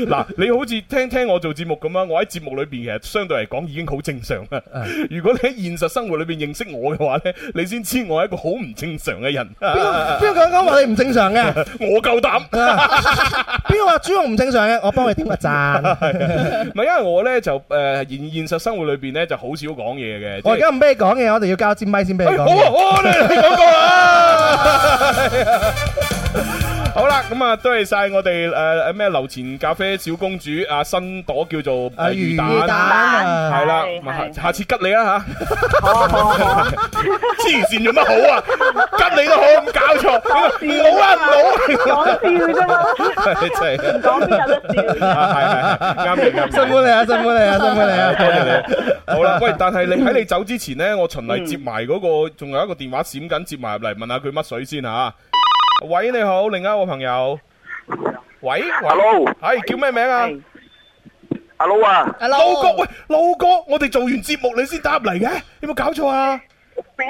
S2: 嗱，你好似聽聽我做節目咁啊，我喺節目裏邊其實相對嚟講已經好正常啦。如果你喺現實生活裏邊認識我嘅話呢，你先知我係一個好唔正常嘅人。
S3: 邊個講話你唔正常嘅？
S2: 我夠膽，
S3: 邊個話朱紅唔正常嘅？我幫佢點個讚。
S2: 唔係因為我呢就誒現現實生活裏邊呢就好少講嘢嘅。即係
S3: 我而家唔俾你講嘢，我哋要交支咪先俾你
S2: 哎
S3: 講
S2: 好啊，
S3: 嘢。
S2: 好啊，啊你你講過啦。 好啦，咁啊，多謝晒我哋誒誒咩樓前咖啡小公主啊，新朵叫做
S3: 啊
S2: 誒魚
S3: 魚蛋
S2: 蛋。
S3: 啊
S2: 系啦，
S11: 係
S2: 咁啊
S11: 係
S2: 下次吉你啦吓。黐線做乜好啊？吉你都好，咁搞錯，唔好啊，唔好啊，
S11: 講笑啫嘛，
S2: 真係
S11: 講邊有得笑？
S2: 啊，係係係啱嘅啱嘅。
S3: 辛苦你啊，辛苦 你啊，辛苦你啊！
S2: 多謝你。好啦，喂，但係你喺你走之前咧，我循例接埋嗰個，仲有一個電話閃緊接埋入嚟，問下佢乜水先吓。喂，你好，另一個朋友。
S10: 喂喂
S2: Hello
S10: 係叫咩名啊？
S2: Hello 啊
S10: Hello
S2: 撈哥喂，撈哥，我哋做完節目你先打入嚟嘅，有冇搞錯啊？
S6: 邊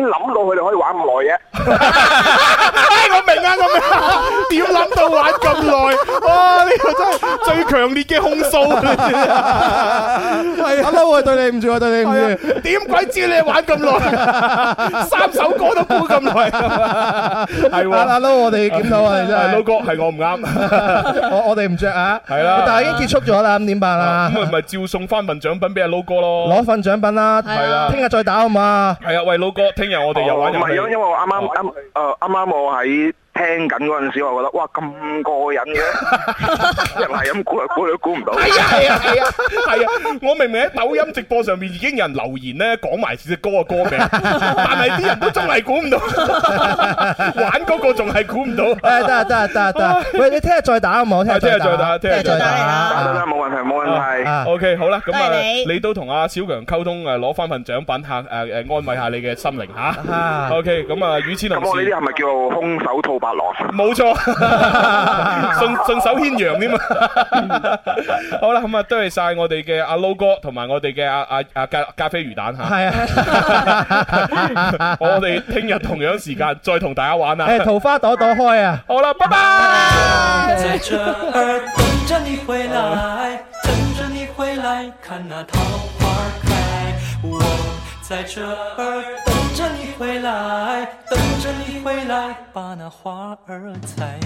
S6: 邊諗到佢哋可以玩咁耐嘅？
S2: 唉，我明啊，我明啊，點諗到玩咁耐？哇，呢個真係最強烈嘅控訴。
S3: 係啊，我對你唔住，我對你唔住。
S2: 點鬼知你玩咁耐？三首歌都估咁耐，係喎。
S3: 阿撈，我哋檢討啊，你真係
S2: 撈哥係啊我唔啱。
S3: 我我哋唔着啊，
S2: 係啦
S3: 但係已經結束咗啦，咁點辦啊？
S2: 咁咪咪照送翻份獎品俾阿撈哥咯。
S3: 攞份獎品啦，
S2: 係啊啦
S3: 聽日再打好嘛？
S2: 係啊，喂，撈哥，聽日我哋又
S6: 哦
S2: 玩
S6: 唔
S2: 遊
S6: 係，因
S2: 戲哦
S6: 因為。我啱啱啱誒啱啱我喺聽緊嗰陣時，我覺得哇咁過癮 嘅，人係咁估嚟估去都估唔到。
S2: 係啊係啊係啊！我明明喺抖音直播上面已經有人留言咧，講埋隻歌嘅歌名，但係啲人都仲係估唔到，玩嗰個仲係估唔到。
S3: 誒得啊得啊得啊得啊！喂，你聽日再打好唔好？聽日
S2: 啊聽日再
S3: 打，
S2: 打，聽日再打，
S6: 得得冇問題冇問題。
S2: O K，好啦，咁啊
S6: 多謝，你
S2: 你都同阿小強溝通誒，攞翻份獎品嚇誒誒，安慰下你嘅心靈
S6: 啊
S2: 嚇。O K，咁啊，與此
S6: 咁我
S2: 同
S6: 呢
S2: 時
S6: 啲係，咪叫做空手套白狼？
S2: 冇 錯，順順手牽羊添啊！好啦，咁啊，多謝晒我哋嘅阿 Low 哥同埋我哋嘅阿阿阿咖咖啡魚蛋嚇。，
S3: 係啊
S2: 我哋聽日同樣時間再同大家 玩啊！
S3: 誒桃花朵朵開啊！
S2: 好啦，拜拜。
S1: 在这儿等着你回来，等着你回来，看那桃花开。我在这儿等着你回来，等着你回来，把那花儿采。